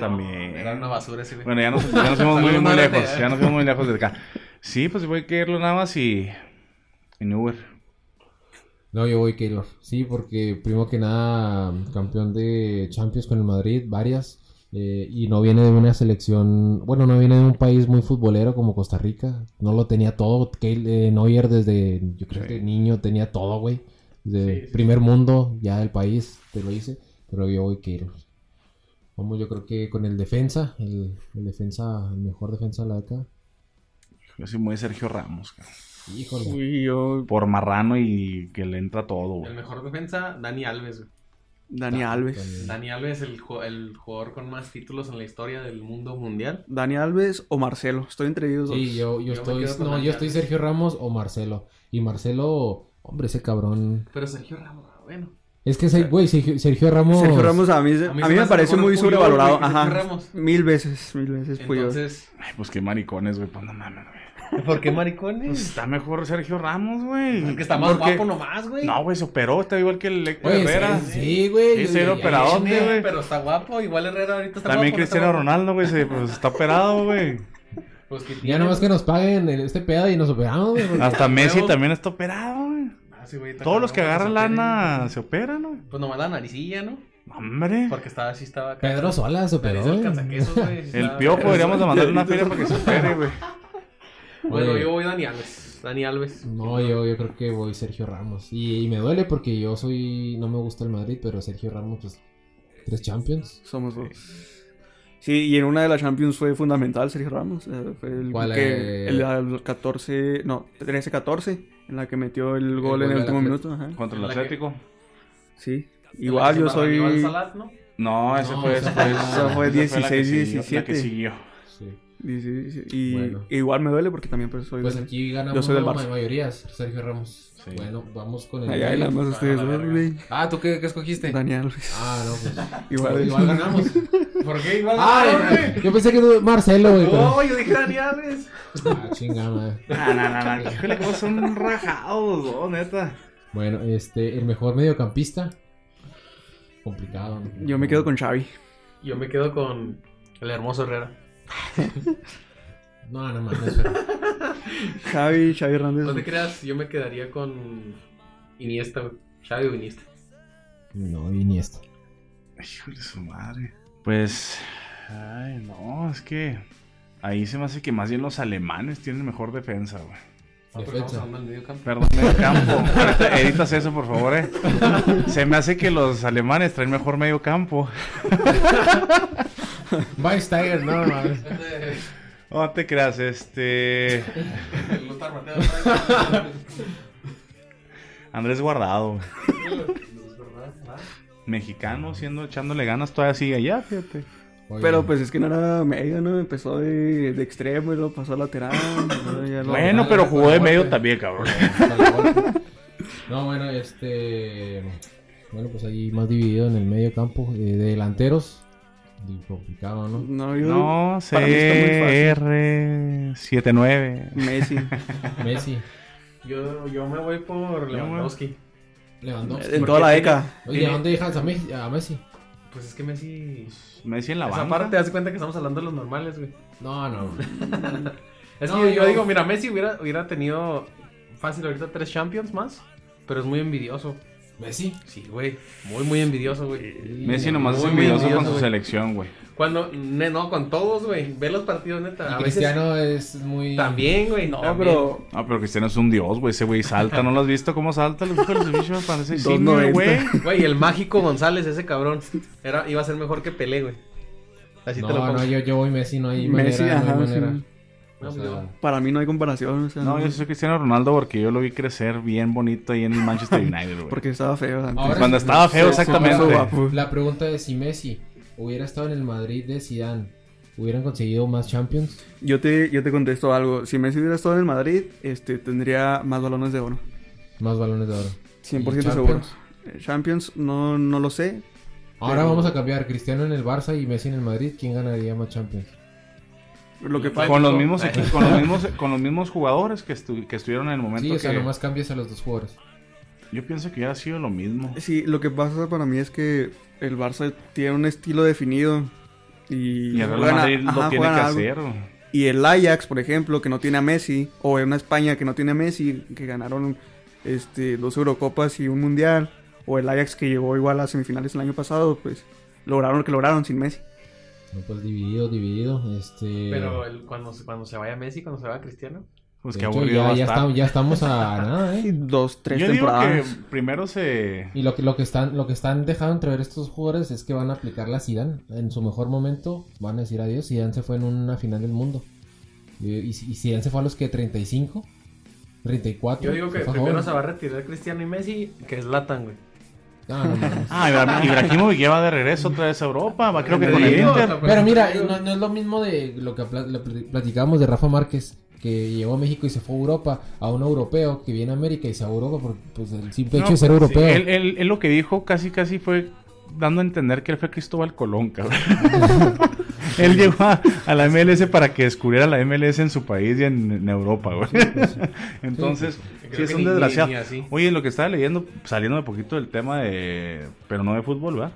A: Navarrete,
D: también.
A: no, Era una basura ese güey.
D: Bueno, ya nos, ya nos fuimos muy,
A: Saludos,
D: muy
A: Navarrete, eh.
D: lejos. Ya nos fuimos muy lejos de acá. Sí, pues voy a quererlo nada más y... En Uber.
B: No, yo voy Keylor. Sí, porque primero que nada, campeón de Champions con el Madrid, varias. eh, y no viene de una selección, bueno, no viene de un país muy futbolero como Costa Rica. No lo tenía todo. Keylor, eh, Neuer desde, yo creo que niño tenía todo, güey. De
A: Sí, sí,
B: primer mundo, ya del país, te lo hice. Pero yo voy Keylor. Vamos, yo creo que con el defensa, el, el defensa, el mejor defensa de la década.
D: Yo soy muy Sergio Ramos. cara.
B: Híjole.
C: Uy, yo...
D: Por marrano y que le entra todo,
A: El
D: güey.
A: mejor defensa, Dani Alves. güey.
C: Dani Alves.
A: Dani Alves, el, ju- el jugador con más títulos en la historia del mundo mundial.
C: Dani Alves o Marcelo. Estoy entre ellos dos.
B: Sí, yo, yo,
A: Yo me
B: estoy.
A: quedo con
B: No,
A: Dani
B: yo estoy
A: Alves.
B: Sergio Ramos o Marcelo. Y Marcelo, hombre, ese cabrón.
A: Pero Sergio Ramos, bueno.
B: Es que, ese- güey, Sergio, Sergio Ramos.
C: Sergio Ramos a mí,
A: se
C: a
A: me
C: mí,
A: hace
C: me parece
A: mejor
C: muy
A: Puyol, güey,
C: sobrevalorado.
A: que Sergio
C: Ajá.
A: Ramos.
C: Mil veces, mil veces Puyol.
A: Entonces,
D: Ay, pues qué maricones, güey. Pues no mames, güey.
A: ¿por qué
D: Pues
A: maricones?
D: está mejor Sergio Ramos, güey.
A: Porque está más
D: Pues, Porque-
A: guapo nomás, güey.
D: No, güey, se operó. Está igual que el Héctor
B: Güey,
D: Herrera.
B: sí, sí, güey.
D: Ese era
B: Ya-
D: operador. ¿dónde,
A: Sí,
D: güey?
A: Pero está guapo, igual Herrera ahorita está
D: También
A: guapo, no está
D: Cristiano
A: guapo.
D: Ronaldo, güey, se pues, está operado, güey.
A: Pues que tiene-
B: Ya nomás que nos paguen el- este pedo y nos operamos. güey, porque-
D: Hasta Messi
A: huevo.
D: también está operado, güey.
A: Ah, sí, güey, está
D: Todos los
A: cabrón,
D: que agarran
A: se operen,
D: lana
A: güey.
D: se operan, güey.
A: Pues nomás la naricilla, ¿no?
D: Hombre.
A: Porque estaba así, estaba acá.
B: Pedro Sola se operó.
A: Nariz
B: güey.
A: del cazaquesos, güey. sí
D: El
A: estaba-
D: piojo deberíamos de mandarle una feria para que se opere, güey.
A: Bueno,
B: Oye.
A: yo voy Dani Alves. Dani Alves.
B: No, yo, yo creo que voy Sergio Ramos. Y, y me duele porque yo soy. No me gusta el Madrid, pero Sergio Ramos, pues. Tres Champions.
C: Somos dos. Sí, y en una de las Champions fue fundamental Sergio Ramos. eh, fue el
B: ¿Cuál,
C: que
B: eh?
C: el, al 14, no, 13-14, en la que metió el gol
B: gol
C: en el
B: del
C: último
B: Atlético.
C: minuto. ajá.
D: Contra el
A: La que-
D: Atlético.
C: Sí.
A: En
C: Igual
A: la que
C: yo
A: se barra Aníbal
C: soy
A: Salat, ¿no?
D: No, ese
B: No,
D: fue, ese
B: esa
D: fue,
B: fue- esa
C: fue
D: la que
C: 16,
D: siguió, La que
C: 17.
D: siguió.
B: Sí.
C: y, y-
B: Bueno.
C: igual me duele porque también pues, soy
B: Pues
C: de-
B: aquí ganamos
C: Yo soy del
B: la
C: Barça.
B: mayoría, Sergio Ramos.
D: Sí.
B: Bueno, vamos con el.
C: Ay, ay,
B: Bayern.
C: nada más ustedes
A: la
C: dos,
A: verga.
C: güey.
E: Ah, ¿tú qué, qué escogiste?
C: Dani Alves.
B: Ah, no, pues.
C: igual,
B: Igual ganamos. Ah,
A: ¿Por qué igual?
B: Ay, yo pensé que era Marcelo, güey.
A: No, Oh, yo dije Dani Alves.
B: pero- Ah, chingada madre.
D: No, no, no, no. Híjole, cómo son rajados, no, neta.
B: Bueno, este, el mejor mediocampista. Complicado. ¿no?
C: Yo me quedo con Xavi.
A: Yo me quedo con el hermoso Herrera.
B: No, no mames. pero-
C: Xavi, Xavi
A: No te
C: Hernández.
A: creas, yo me quedaría con Iniesta, güey. Xavi o Iniesta.
B: No, Iniesta.
D: Híjole, su madre. Pues. Ay, no, es que. Ahí se me hace que más bien los alemanes tienen mejor defensa, güey.
A: No, pero
B: Defensa.
A: estamos hablando del medio campo.
D: Perdón, medio campo. Ahorita Editas eso, por favor, eh. Se me hace que los alemanes traen mejor medio campo.
B: Weinsteiger, no mames.
D: No te creas, este. Andrés Guardado, güey. Mexicano, siendo, echándole ganas todavía así allá, fíjate.
B: Oye,
C: Pero pues es que no era medio, ¿no? Empezó de, de extremo y luego pasó a lateral. y luego ya lo-
D: Bueno, pero jugó de medio también, cabrón.
B: hasta la golpe. No, bueno, este. Bueno, pues ahí más dividido en el medio campo. eh, de delanteros. Y complicado, ¿no?
C: No, yo.
D: No,
C: para mí está
D: CR79.
C: Messi.
B: Messi.
A: Yo, yo me voy por
D: Yo me-
A: Lewandowski.
B: Lewandowski.
C: en toda la
A: tiene-
C: década.
B: Oye, ¿a dónde dejas a, Me- a Messi?
A: Pues es que Messi.
D: Messi en la
A: Esa
D: banca.
A: parte, haz de cuenta que estamos hablando de los normales, güey.
B: No, no.
A: Es
B: No,
A: que yo,
B: yo-
A: digo, mira, Messi hubiera, hubiera tenido fácil ahorita tres Champions más, pero es muy envidioso.
B: Messi.
A: Sí, güey, muy, muy envidioso, güey.
D: Messi nomás es
A: Muy
D: envidioso con
A: envidioso,
D: su
A: güey.
D: selección, güey.
A: Cuando, ne- no, con todos, güey, ve los partidos, neta. A
B: Y
A: veces
B: Cristiano es muy.
A: también, güey.
C: No,
A: también.
C: pero.
D: No, pero Cristiano es un dios, güey. Ese güey salta. ¿No lo has visto cómo salta? Los hijos de los bichos parece simio,
C: 2.90.
D: güey.
A: Güey, el mágico González, ese cabrón, era, iba a ser mejor que Pelé, güey. Así
B: no,
A: te lo pongo.
B: no, yo, yo voy Messi, no hay
C: Messi,
B: manera. no hay
C: ajá,
B: manera.
C: sí.
B: O sea,
A: No,
C: Para mí no hay comparación. O sea,
D: No,
C: no-
D: yo soy Cristiano Ronaldo porque yo lo vi crecer bien bonito ahí en el Manchester United, güey.
C: Porque estaba feo antes.
B: Ahora-
D: Cuando estaba feo,
C: Se- se puso
D: exactamente.
C: guapo.
B: la pregunta es si Messi hubiera estado en el Madrid de Zidane, hubieran conseguido más Champions.
C: Yo te, yo te contesto algo. Si Messi hubiera estado en el Madrid, este, tendría más balones de oro.
B: Más balones de oro.
C: 100%
B: ¿Y
C: seguro.
B: Champions?
C: Eh, Champions, no, no lo sé.
B: Ahora
C: Pero-
B: vamos a cambiar Cristiano en el Barça y Messi en el Madrid. ¿Quién ganaría más Champions?
C: Lo que pasa.
D: Con los mismos equi- con los mismos, con los mismos jugadores que, estu- que estuvieron en el momento
B: Sí, o sea,
D: que-
B: nomás cambias a los dos jugadores.
D: Yo pienso que hubiera sido lo mismo.
C: Sí, lo que pasa para mí es que el Barça tiene un estilo definido. Y,
D: Y el Real
C: juegan a-
D: Madrid
C: ajá,
D: lo tiene que
C: juegan a algo.
D: hacer.
C: Y el Ajax, por ejemplo, que no tiene a Messi, o en una España que no tiene a Messi, que ganaron este, dos Eurocopas y un Mundial, o el Ajax que llegó igual a semifinales el año pasado, pues lograron lo que lograron sin Messi.
B: No, pues dividido, dividido. Este...
A: Pero el- cuando, se- cuando se vaya Messi, cuando se vaya Cristiano.
D: Pues
B: de
D: qué
B: hecho,
D: aburrido va
B: ya,
D: a
B: ya
D: estar.
B: estamos, ya estamos a nada,
C: Y
B: ¿eh?
C: dos, tres
D: Yo digo que
C: temporadas.
D: primero se...
B: Y lo que, lo que están, lo que están dejando entrever estos jugadores es que van a aplicar la Zidane. En su mejor momento van a decir adiós. Zidane se fue en una final del mundo. Y, y, y Zidane se fue a los que 35, 34.
A: Yo digo que
B: Se fue
A: primero
B: joven.
A: se va a retirar Cristiano y Messi, que es Latan, güey.
B: No, no, no.
D: Ah, Ibra- Ibrahimovic ya va de regreso otra vez a Europa. Va, Ah, creo que
A: Te
D: con el
A: digo, o
D: Inter.
A: sea, pues,
B: Pero mira,
A: digo,
B: no, no es lo mismo de lo que pla- lo pl- platicábamos de Rafa Márquez, que llegó a México y se fue a Europa, a un europeo que viene a América y se va a Europa por pues, el simple hecho de ser
D: No,
B: europeo.
D: sí, él, él- él lo que dijo casi casi fue dando a entender que él fue Cristóbal Colón, cabrón. él llegó a, a la MLS para que descubriera la MLS en su país y en, en Europa, güey. Entonces,
A: creo
D: sí,
A: que
D: es
A: ni-
D: un
A: ni-
D: desgraciado.
A: ni así.
D: Oye, lo que estaba leyendo, saliendo un poquito del tema de... pero no de fútbol, ¿va?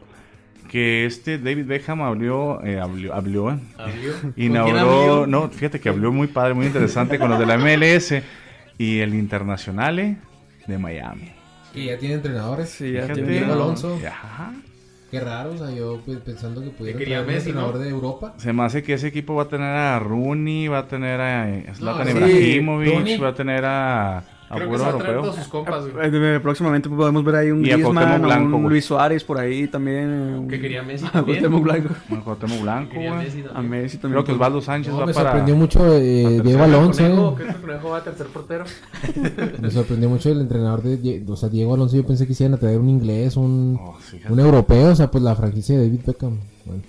D: Que este David Beckham habló, eh, habló, habló, eh,
A: Abrió. ¿Con quién
D: Inauguró,
A: abrió?
D: no, fíjate que habló muy padre, muy interesante con los de la MLS y el Internacional eh, de Miami.
B: Que ya tiene entrenadores.
C: Sí, ya
D: Fíjate.
C: tiene-
B: Diego Alonso.
D: Ajá.
B: Qué raro, o sea, yo pues, pensando que pudiera
A: Que quería
B: traer un
A: Messi, ¿no?
B: entrenador de Europa.
D: Se me hace que ese equipo va a tener a Rooney, va a tener a eh, Zlatan
B: sí,
D: Ibrahimovic,
B: Rooney.
D: va a tener a, a
A: Creo que
D: puro
A: se va a traer
D: europeo.
A: todos sus compas, güey.
C: Eh, Próximamente podemos ver ahí un
D: Y a
C: Griezmann,
D: Cuauhtémoc
C: o
D: Blanco,
C: un
D: güey.
C: Luis Suárez por ahí también. eh, un-
A: Que quería Messi
C: a
A: también.
C: Cuauhtémoc Blanco.
D: A Cuauhtémoc Blanco,
A: Quería
D: güey.
A: Messi
C: A
A: también.
C: Messi también.
D: Creo que Osvaldo Sánchez
B: No,
D: va
B: me
D: para...
B: sorprendió mucho eh, Diego Alonso.
A: Conejo,
B: eh.
A: Creo que este Conejo va a tercer portero.
B: Me sorprendió mucho el entrenador de Die- o sea, Diego Alonso. Yo pensé que hicieran a traer un inglés, un,
D: Oh, sí,
B: un europeo, o sea, pues la franquicia de David Beckham. Bueno,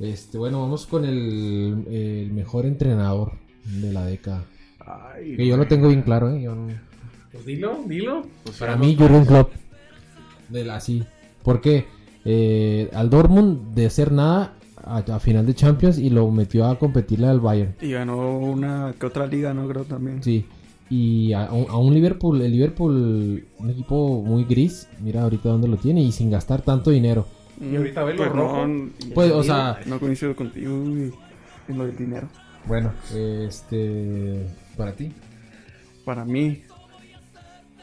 B: este, bueno vamos con el, el mejor entrenador de la década.
D: Ay,
B: Que yo lo
D: güey.
B: tengo bien claro, ¿eh? Yo no-
A: Pues dilo, dilo.
B: Para Pues mí, Jurgen Klopp. De la sí. Porque eh, al Dortmund de ser nada a, a final de Champions y lo metió a competirle al Bayern.
C: Y ganó una que otra liga, ¿no? Creo también.
B: Sí. Y a, un- a un Liverpool, el Liverpool, un equipo muy gris, mira ahorita dónde lo tiene y sin gastar tanto dinero.
A: Y ahorita velo
C: Pues
A: rojo.
C: no,
B: Pues, o sea,
C: no coincido contigo güey, en lo del dinero.
B: bueno, este, para ti.
C: Para mí,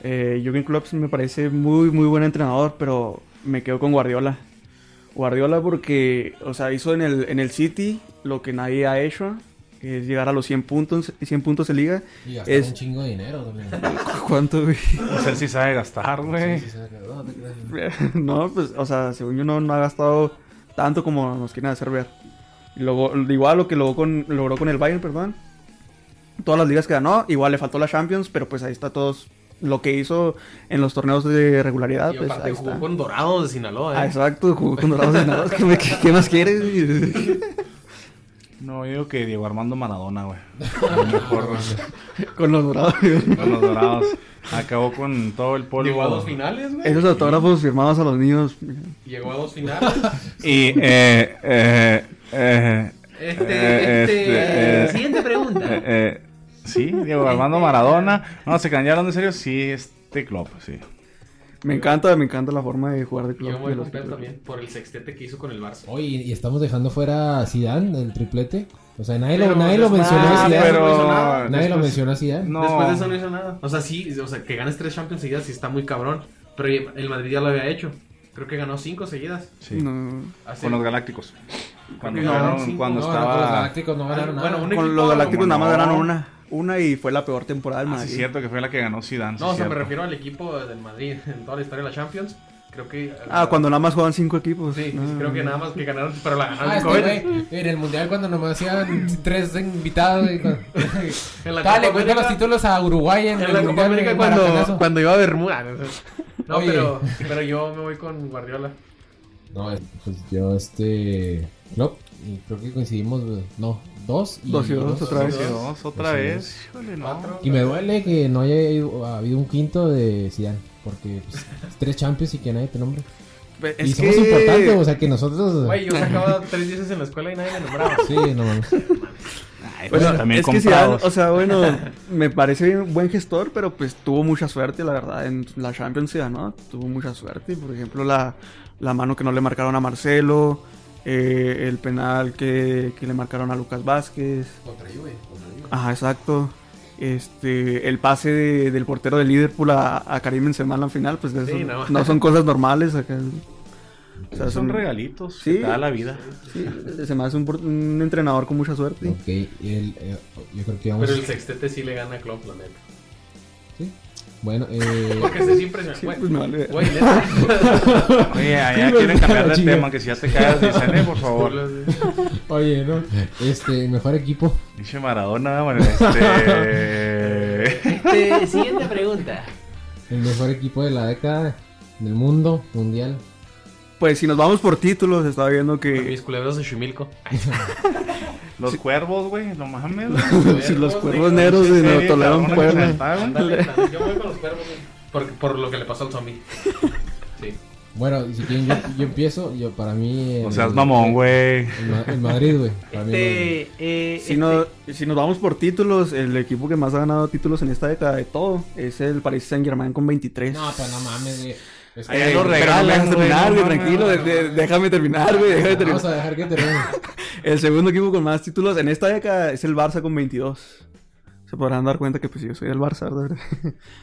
C: eh, Jürgen Klopp me parece muy, muy buen entrenador, pero me quedo con Guardiola. Guardiola porque, o sea, hizo en el, en el City lo que nadie ha hecho, que es llegar a los 100 puntos, 100 puntos de liga.
B: Y gastar
C: Es-
B: un chingo de dinero también.
A: Pues,
C: ¿Cuánto, güey?
D: O sea, él sí sabe gastar, güey.
B: Sí, sí, sí, no, no te creas.
C: no, pues, o sea, según yo no, no ha gastado tanto como nos quieren hacer ver. Y luego, igual lo que logró con, logró con el Bayern, perdón. Todas las ligas que ganó, igual le faltó la Champions, pero pues ahí está todos lo que hizo en los torneos de regularidad.
A: Y
C: pues,
A: aparte
C: ahí
A: jugó
C: está.
A: con Dorados de Sinaloa,
C: Ah,
A: ¿eh?
C: exacto, jugó con Dorados de Sinaloa, ¿Qué, me- qué- qué más quieres?
D: No, yo digo que Diego Armando Maradona, güey. A lo mejor, güey,
C: con los Dorados.
D: con los dorados. Acabó con todo el polvo.
A: Llegó a dos finales, güey.
C: Esos autógrafos firmados a los niños.
A: Llegó a dos finales.
D: Y, eh, eh, eh,
A: Este,
D: Eh,
A: este,
D: este, eh,
A: siguiente
D: eh,
A: pregunta.
D: eh, sí, Diego Armando
A: eh,
D: Maradona. No, se cañaron en serio. Sí, este club, sí.
C: Me encanta, me encanta la forma de jugar de
A: Yo
C: club.
A: voy
C: de
A: a
C: los-
A: comprar también por el sextete que hizo con el Barça.
B: Oye, y estamos dejando fuera a Zidane, el triplete. O sea, nadie lo,
A: Pero
B: nadie lo
A: después-
B: mencionó a
A: Ah,
B: Zidane.
A: pero- pues,
B: Nadie lo mencionó a Zidane.
D: No.
A: Después de eso no hizo nada. O sea, sí, o sea, que ganes tres Champions seguidas sí está muy cabrón. Pero el Madrid ya lo había hecho. Creo que ganó cinco seguidas.
D: Sí.
C: No.
A: Hace-
D: Con los Galácticos. Cuando,
A: Ganaron
D: ganaron-
A: cinco,
D: cuando
B: No,
D: estaba.
B: los Galácticos no ganaron
A: Ah, Bueno,
B: nada.
A: un
C: Con
A: equipo-
C: los Galácticos
D: como
C: nada más
D: no.
C: ganaron una. Una y fue la peor temporada del
D: Ah,
C: Madrid.
D: sí, es cierto que fue la que ganó Zidane. sí,
A: No, o sea, me
D: cierto.
A: refiero al equipo del Madrid en toda la historia de la Champions. Creo que. eh,
C: Ah, cuando nada más juegan cinco equipos.
A: Sí, pues,
C: Ah.
A: creo que nada más que ganaron, pero la ganaron
B: Ah, este
A: cinco veces.
B: güey, en el mundial cuando nomás hacían tres invitados. güey, cuando-
A: En la
B: Dale,
A: Copa
B: cuenta los
A: América-
B: títulos a Uruguay
A: En
B: en,
A: la
B: el
A: Copa
B: mundial,
A: América
B: en
A: cuando,
B: Maracanazo.
A: cuando iba a Bermuda. No, sé. No,
B: Oye.
A: pero, pero yo me voy con Guardiola.
B: No, eh, pues yo este... Klopp. Y creo que coincidimos, güey. no, dos y
C: Dos y dos, otra vez.
A: Dos.
F: Dos, otra
B: Dos.
F: vez. Híjole, no.
A: Cuatro.
B: Y me duele que no haya ido- habido un quinto de Zidane, porque pues, tres Champions y que nadie te nombre.
C: Pe-
B: y
C: Pues, Es
B: somos
C: que-
B: importantes, o sea que nosotros...
A: Güey, yo sacaba tres dieces en la escuela y nadie me nombraba.
B: Sí, no mames.
D: Ay,
C: Bueno,
D: pues, también
C: es que Zidane,
D: comprados.
C: o sea, bueno, me parece un buen gestor, pero pues tuvo mucha suerte, la verdad, en la Champions League, ¿no? Tuvo mucha suerte, por ejemplo, la, la mano que no le marcaron a Marcelo, eh, el penal que, que le marcaron a Lucas Vázquez.
E: Contra Juve, contra Juve.
C: Ajá, exacto. Este, el pase de- del portero de Liverpool a, a Karim Benzema en la final, pues eso
A: Sí,
C: no.
A: no.
C: son cosas normales acá. O sea,
D: son
C: son-
D: regalitos
C: Sí.
D: que te da la vida.
C: sí, se me hace un, por- un entrenador con mucha suerte.
B: Ok, y el, eh, yo creo que vamos...
A: Pero el sextete sí le gana a Klopp, la neta.
B: Bueno, eh...
A: Porque se siempre me
C: Sí,
A: Güey,
C: pues me vale ver.
A: güey, neta.
D: Oye, allá
B: Sí,
D: quieren
B: me-
D: cambiar
B: la
D: de
B: chinga.
D: tema, que si ya te caes, dicen, eh, por favor.
B: Oye, ¿no? Este, mejor equipo.
D: Dice Maradona, bueno, este...
A: siguiente pregunta.
B: El mejor equipo de la década del mundo, mundial.
C: Pues si nos vamos por títulos, estaba viendo que
A: Mis culebros de Chumilco.
D: Los cuervos, güey, no mames.
C: si los cuervos negros de
D: Nuevo
C: Nuevo Toledo en Puebla.
A: Ándale, ándale, yo voy con los cuervos, güey. Por, por lo que le pasó al zombie. Sí.
B: Bueno, y si quieren, yo, yo empiezo. Yo, para mí.
D: O
B: el-
D: sea, es mamón, güey.
B: El, Ma- el Madrid, güey. Para mí,
F: Este, eh,
C: Si,
F: este-
C: no- si nos vamos por títulos, el equipo que más ha ganado títulos en esta década de todo es el Paris Saint Germain con 23.
B: No, pues no mames, güey. Es que-
D: Ay,
C: Ay,
D: lo
C: pero
D: regalan,
C: no me dejas
D: güey,
C: terminar,
D: no
C: güey,
D: mames.
C: tranquilo, de- de- déjame terminar, güey, déjame
B: Vamos
C: terminar.
B: a dejar que termine.
C: El segundo equipo con más títulos en esta década es el Barça con 22. Se podrán dar cuenta que pues yo soy del Barça, ¿verdad?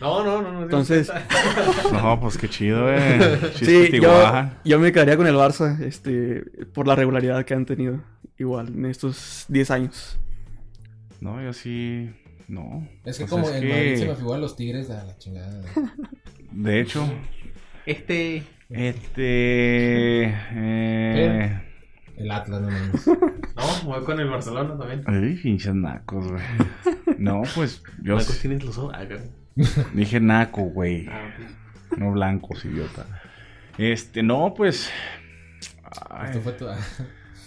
A: No, no, no. no
C: Entonces,
D: No, pues qué chido, güey.
C: sí,
D: Chiste
C: yo,
D: Tijuana.
C: yo me quedaría con el Barça, este, por la regularidad que han tenido igual en estos 10 años.
D: No, yo sí... No.
B: Es que
D: Pues
B: como
D: es
B: el
D: que-
B: Madrid se me figuran los tigres a la chingada.
D: De hecho,
F: este,
D: este... Eh...
B: El Atlas, no mames.
A: No, voy con el Barcelona también.
D: Ay, pinches nacos, güey. No, pues yo
A: La cuestión es los ojos. Ah, güey.
D: dije naco, güey.
A: Ah, ok.
D: No blancos, idiota. Este, no, pues. ay,
B: Esto fue tu-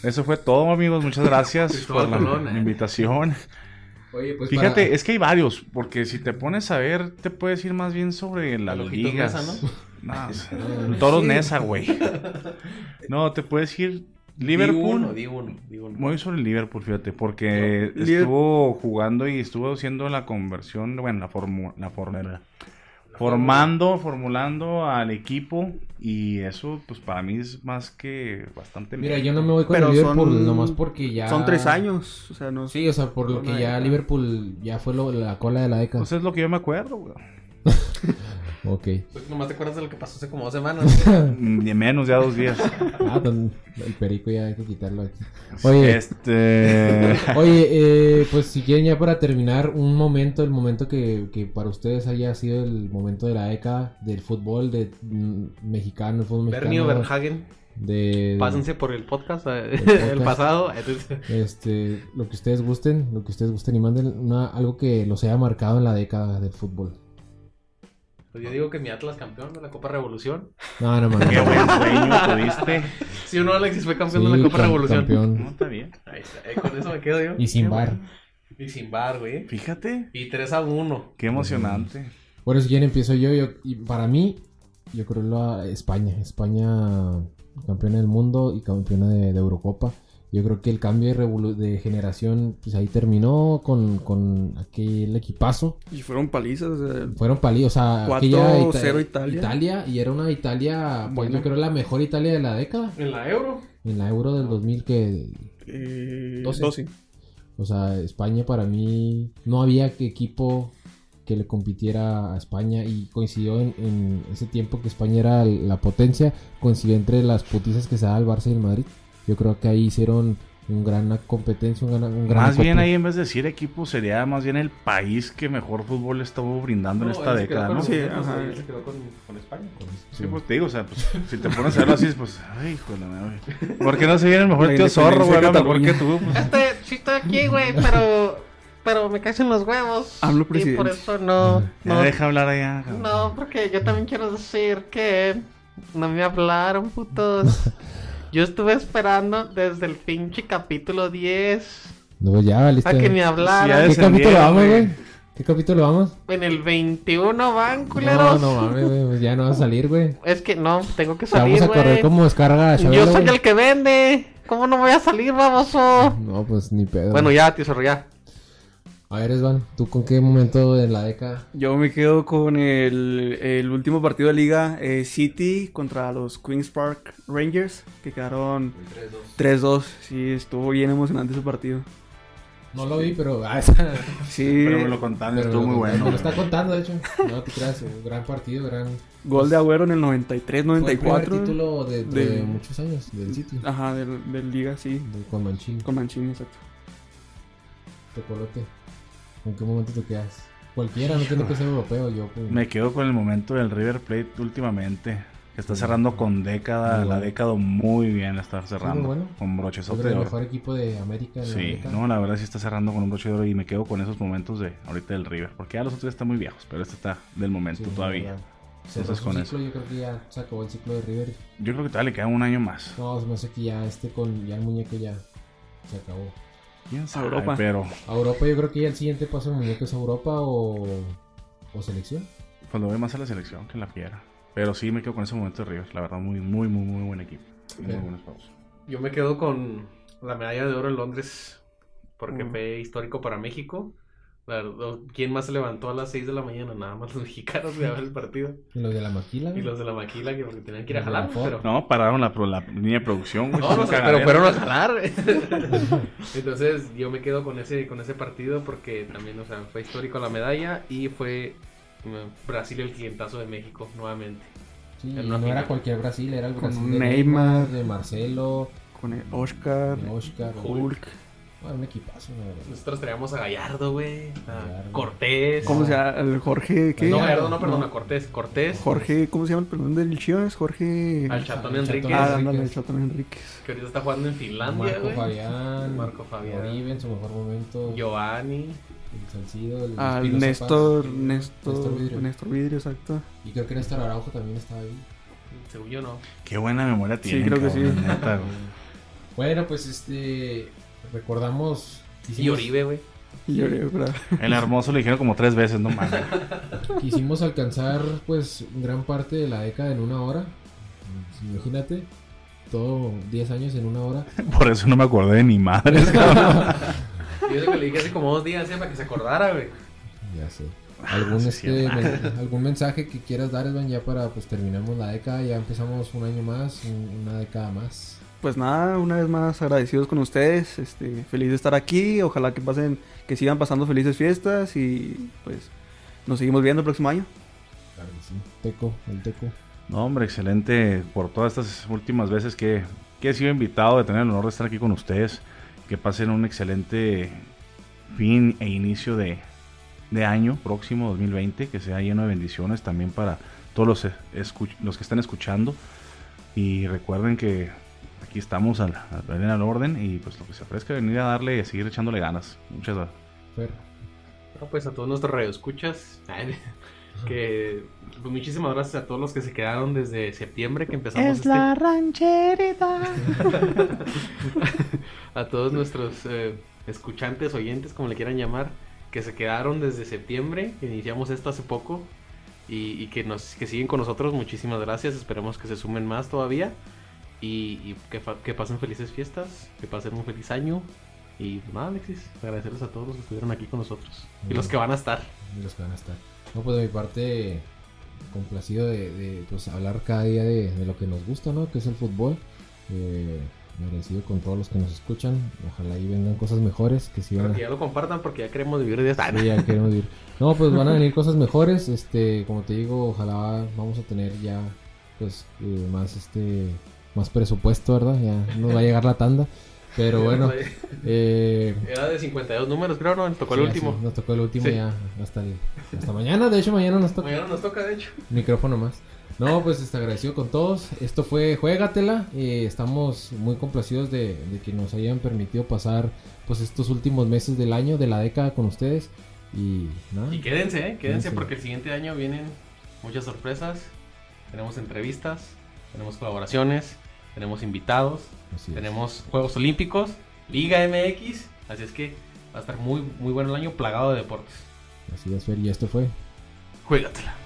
D: eso fue todo, amigos. Muchas gracias por
A: Cristóbal
D: la
A: Colón, eh.
D: invitación.
B: Oye, pues.
D: Fíjate,
B: para-
D: es que hay varios, porque si te pones a ver, te puedes ir más bien sobre las
A: Ojitos
D: ligas.
A: Nesa,
D: No, o sea, toros Nesa, güey. No, te puedes ir
A: Di uno,
D: Liverpool.
A: di uno, di uno.
D: Muy sobre el Liverpool, fíjate, porque
C: No, Liver-
D: estuvo jugando y estuvo haciendo la conversión, bueno, la formu- la formula, formando, formulando al equipo y eso, pues para mí es más que bastante.
B: Mira,
D: mérito.
B: yo no me voy con
C: Pero
B: el Liverpool
C: son-
B: nomás porque ya.
C: Son 3 años, o sea, no
B: Sí, o sea, por lo
C: Una
B: que ya
C: década.
B: Liverpool ya fue lo- la cola de la década.
D: Pues es lo que yo me acuerdo, güey.
B: Ok.
A: Pues nomás te acuerdas de lo que pasó hace como dos semanas.
D: Mm, De menos ya dos días.
B: Ah, don- el perico ya hay que quitarlo aquí. Oye.
D: Este.
B: Oye, eh, pues si quieren ya para terminar, un momento, el momento que, que para ustedes haya sido el momento de la década del fútbol de mm, mexicano, el fútbol
A: Bernio
B: mexicano.
A: Verhagen,
B: de
A: pásense por el podcast, eh, el,
B: eh, podcast.
A: pasado.
B: este, lo que ustedes gusten, lo que ustedes gusten y manden una, algo que los haya marcado en la década del fútbol.
A: Pues yo digo que mi Atlas campeón de la Copa Revolución.
B: No, no mames.
D: Qué buen sueño tuviste.
A: Si uno Alexis fue
B: Sí,
A: campeón de la Copa
B: cam-
A: Revolución.
D: No,
B: campeón.
D: está bien.
A: Ahí está, eh, con eso me quedo yo.
B: Y sin bar.
A: Y sin bar, güey.
D: Fíjate.
A: Y 3 a 1.
D: Qué emocionante.
B: Bueno, si quieren empiezo yo, yo- y para mí, yo creo la España, España campeona del mundo y campeona de, de Eurocopa. Yo creo que el cambio de, revolu- de generación, pues ahí terminó con, con aquel equipazo.
C: Y fueron palizas, o sea,
B: Fueron palí, o sea,
C: 4-0 Italia.
B: Italia, y era una Italia, pues
C: Bueno.
B: yo creo la mejor Italia de la década,
A: En la Euro.
B: en la Euro del 2000 que...
C: eh,
B: Doce.
C: 12.
B: O sea, España para mí no había que equipo que le compitiera a España y coincidió en, en ese tiempo que España era el- la potencia, coincidió entre las putizas que se da el Barça y el Madrid. Yo creo que ahí hicieron un gran competencia, un gran, un gran
D: Más bien
B: acopio.
D: ahí en vez de decir equipo sería más bien el país que mejor fútbol estuvo brindando en esta
A: él se quedó
D: década,
A: con
D: ¿no?
A: los
C: Sí,
A: Beatles,
C: ajá.
A: él se quedó con, con España.
D: Sí, pues te digo, o sea, pues, si te pones a verlo así, pues, ay, hijo de la madre. ¿Por qué no se viene el mejor
C: La
D: tío zorro, güey?
C: independencia de
D: Mejor que tú, pues.
F: este, sí estoy aquí, güey, pero, pero me caes en los huevos.
C: AMLO
F: Y por
C: presidente.
F: eso no,
D: Ya
F: no,
D: deja hablar allá. cabrón.
F: no, porque yo también quiero decir que no me hablaron, putos. Yo estuve esperando desde el pinche capítulo 10
B: No, ya, listo.
F: a Ah, que ni
B: ¿Qué
F: hablaran.
D: Sí,
B: capítulo
D: descendieron,
B: vamos,
D: güey.
B: güey? ¿Qué capítulo vamos?
F: En el 21 van,
B: No,
F: culeros.
B: no mames, güey. pues ya no va a salir, güey.
F: Es que no, tengo que
B: Te vamos
F: salir,
B: a correr
F: güey.
B: como descarga a
F: Yo
B: Chabelo,
F: soy
B: güey.
F: el que vende. ¿Cómo no voy a salir, baboso?
B: No, pues ni pedo.
F: Bueno, ya, tío Zorro, ya.
B: A ver, Esban, ¿tú con qué momento de la década?
C: Yo me quedo con el, el último partido de liga eh, City contra los Queens Park Rangers, que quedaron 3-2. Sí, estuvo bien emocionante ese partido.
B: No lo vi, pero. ah, esa-
C: Sí,
D: Pero me lo contaron,
B: pero
D: estuvo
B: lo-
D: muy bueno.
B: Me lo está contando, de hecho. No te creas, un gran partido, gran.
C: gol de Agüero en el
B: Fue el primer
C: 93-94.
B: título de, de
C: del-
B: muchos años del City.
D: Ah.
C: Ajá, del, del liga, sí.
B: de- con Mancini,
C: Con Mancini, exacto.
B: Tecolote. ¿Con qué momento te quedas? Cualquiera, no tiene que ser europeo. Yo, pues,
D: Me quedo con el momento del River Plate últimamente. Que está cerrando con
B: Muy
D: década,
B: bueno.
D: la década muy bien la está cerrando.
B: muy bueno.
D: Con
B: yo
D: broches
B: creo que
D: de
B: el
D: oro.
B: mejor equipo de América. en la
D: Sí,
B: década.
D: no, la verdad sí está cerrando con un broche de oro y me quedo con esos momentos de ahorita del River. Porque ya los otros ya están muy viejos, pero este está del momento
B: Sí,
D: todavía.
B: verdad. Cerró
D: Entonces,
B: su
D: con
B: ciclo, Yo creo que ya se acabó el ciclo de River.
D: Yo creo que todavía le queda un año más.
B: No, se me hace que ya este con ya el muñeco ya se acabó.
D: ¿Quién sabe?
C: Europa.
D: Pero
B: A Europa yo creo que ya el siguiente paso del muñeco es a Europa o, o selección.
D: pues lo veo más a la selección que en la piedra. Pero sí me quedo con ese momento de River. La verdad, muy, muy, muy, muy buen equipo. Muy
B: Ok.
D: buenos juegos.
A: Yo me quedo con la medalla de oro en Londres porque
C: Mm.
A: fue histórico para México. La verdad, ¿Quién más se levantó a las 6 de la mañana? Nada más los mexicanos de ver el partido.
B: Y los de la maquila.
A: Y los de la maquila que porque tenían que ir a
B: Los de la
A: jalar,
B: Ford.
A: pero...
D: No, pararon la, pro- la línea de producción.
C: pues,
D: güey.
A: No, no,
D: Cagadero.
A: pero fueron a jalar. Entonces yo me quedo con ese, con ese partido porque también, o sea, fue histórico la medalla y fue mm, Brasil el clientazo de México nuevamente.
B: Sí, y
A: en
B: no
A: una
B: era
A: final.
B: cualquier Brasil, era el
C: Con
B: Brasil de
C: Neymar.
B: de Marcelo,
C: Con el Oscar,
B: de Oscar.
C: Hulk.
B: Bueno, un equipazo, la verdad.
A: Nosotros traíamos a Gallardo, güey, a
B: Gallardo.
A: Cortés.
C: ¿Cómo se llama? El Jorge, ¿qué?
A: No, Gallardo, no, perdón, a Cortés. Cortés.
C: Jorge, ¿cómo se llama el perdón del Chivas? Jorge.
A: Al Chatón Enríquez,
C: Ah,
B: Enríquez.
C: ándale, el Chatón Enríquez.
A: que ahorita está jugando en Finlandia,
B: Marco
A: güey.
B: Fabián,
A: Marco Fabián.
B: Oribe en su mejor momento,
A: Giovanni.
B: el Salcido, el
C: Al
B: Espinoza
C: Néstor,
B: Paz.
C: Néstor,
B: Néstor Vidrio.
C: Néstor Vidrio, exacto.
B: Y creo que Néstor Araujo también estaba ahí.
A: Según yo no.
D: Qué buena memoria
C: Sí,
D: tiene.
C: creo que sí.
D: Neta, güey.
B: Bueno, pues este recordamos
A: Y
B: hicimos-
A: Oribe, güey.
C: Y yo creo, pero-
D: El hermoso le dijeron como tres veces, no mames.
B: Quisimos alcanzar pues gran parte de la década en una hora. Pues, Imagínate, todo 10 años en una hora.
D: Por eso no me acordé de ni madre.
A: Y eso que le dije hace como dos días, eh, para que se acordara, güey.
B: Ya sé. ¿Algún,
D: Ah, sí,
B: este,
D: sí,
B: men- algún mensaje que quieras dar, Edwin, ya para pues terminamos la década, ya empezamos un año más, un- una década más.
C: Pues nada, una vez más agradecidos con ustedes, este, feliz de estar aquí, ojalá que pasen, que sigan pasando felices fiestas y pues nos seguimos viendo el próximo año.
B: Claro que sí. Teco, el teco.
D: No, hombre, excelente por todas estas últimas veces que, que he sido invitado, de tener el honor de estar aquí con ustedes. Que pasen un excelente fin e inicio de, de año próximo 2020, que sea lleno de bendiciones también para todos los, eh, escu- los que están escuchando. Y recuerden que aquí estamos al, al, al orden y pues lo que se ofrezca, venir a darle y a seguir echándole ganas. Muchas gracias.
B: Fer.
A: No, pues a todos nuestros radioescuchas. ay, Que pues, muchísimas gracias a todos los que se quedaron desde septiembre que empezamos este.
F: rancherita.
A: a todos nuestros eh, escuchantes, oyentes, como le quieran llamar, que se quedaron desde septiembre, que iniciamos esto hace poco y, y que nos que siguen con nosotros. Muchísimas gracias, esperemos que se sumen más todavía y, y que, fa- que pasen felices fiestas, que pasen un feliz año. Y pues, nada, Alexis, agradecerles a todos los que estuvieron aquí con nosotros y los que van a estar.
B: y los que van a estar. No, pues de mi parte, complacido de, de, pues, hablar cada día de, de lo que nos gusta, ¿no? Que es el fútbol. Eh, agradecido con todos los que nos escuchan. Ojalá y vengan cosas mejores, que
A: Pero
B: sigan...
A: que ya lo compartan porque ya queremos vivir de Ah, esta.
B: Sí, ya queremos ir. No, pues van a venir cosas mejores. Este, como te digo, ojalá vamos a tener ya, pues, eh, más este, más presupuesto, ¿verdad? Ya nos va a llegar la tanda. Pero bueno, eh,
A: Era de 52 números, creo, ¿no? Nos tocó el
B: sí,
A: último.
B: así, nos tocó el último
A: Sí.
B: ya hasta, el- hasta mañana. De hecho, mañana nos toca
A: Mañana nos toca, de hecho.
B: micrófono más. No, pues está agradecido con todos. Esto fue Juégatela. Eh, estamos muy complacidos de, de que nos hayan permitido pasar pues estos últimos meses del año, de la década con ustedes. Y nada.
A: Y quédense, ¿eh? quédense
B: Ah. Quédense.
A: porque el siguiente año vienen muchas sorpresas. Tenemos entrevistas, tenemos colaboraciones, tenemos invitados,
B: Así es.
A: tenemos Juegos Olímpicos, Liga MX, así es que va a estar muy, muy bueno el año plagado de deportes.
B: Así es, Fer, y esto fue
A: Juégatela.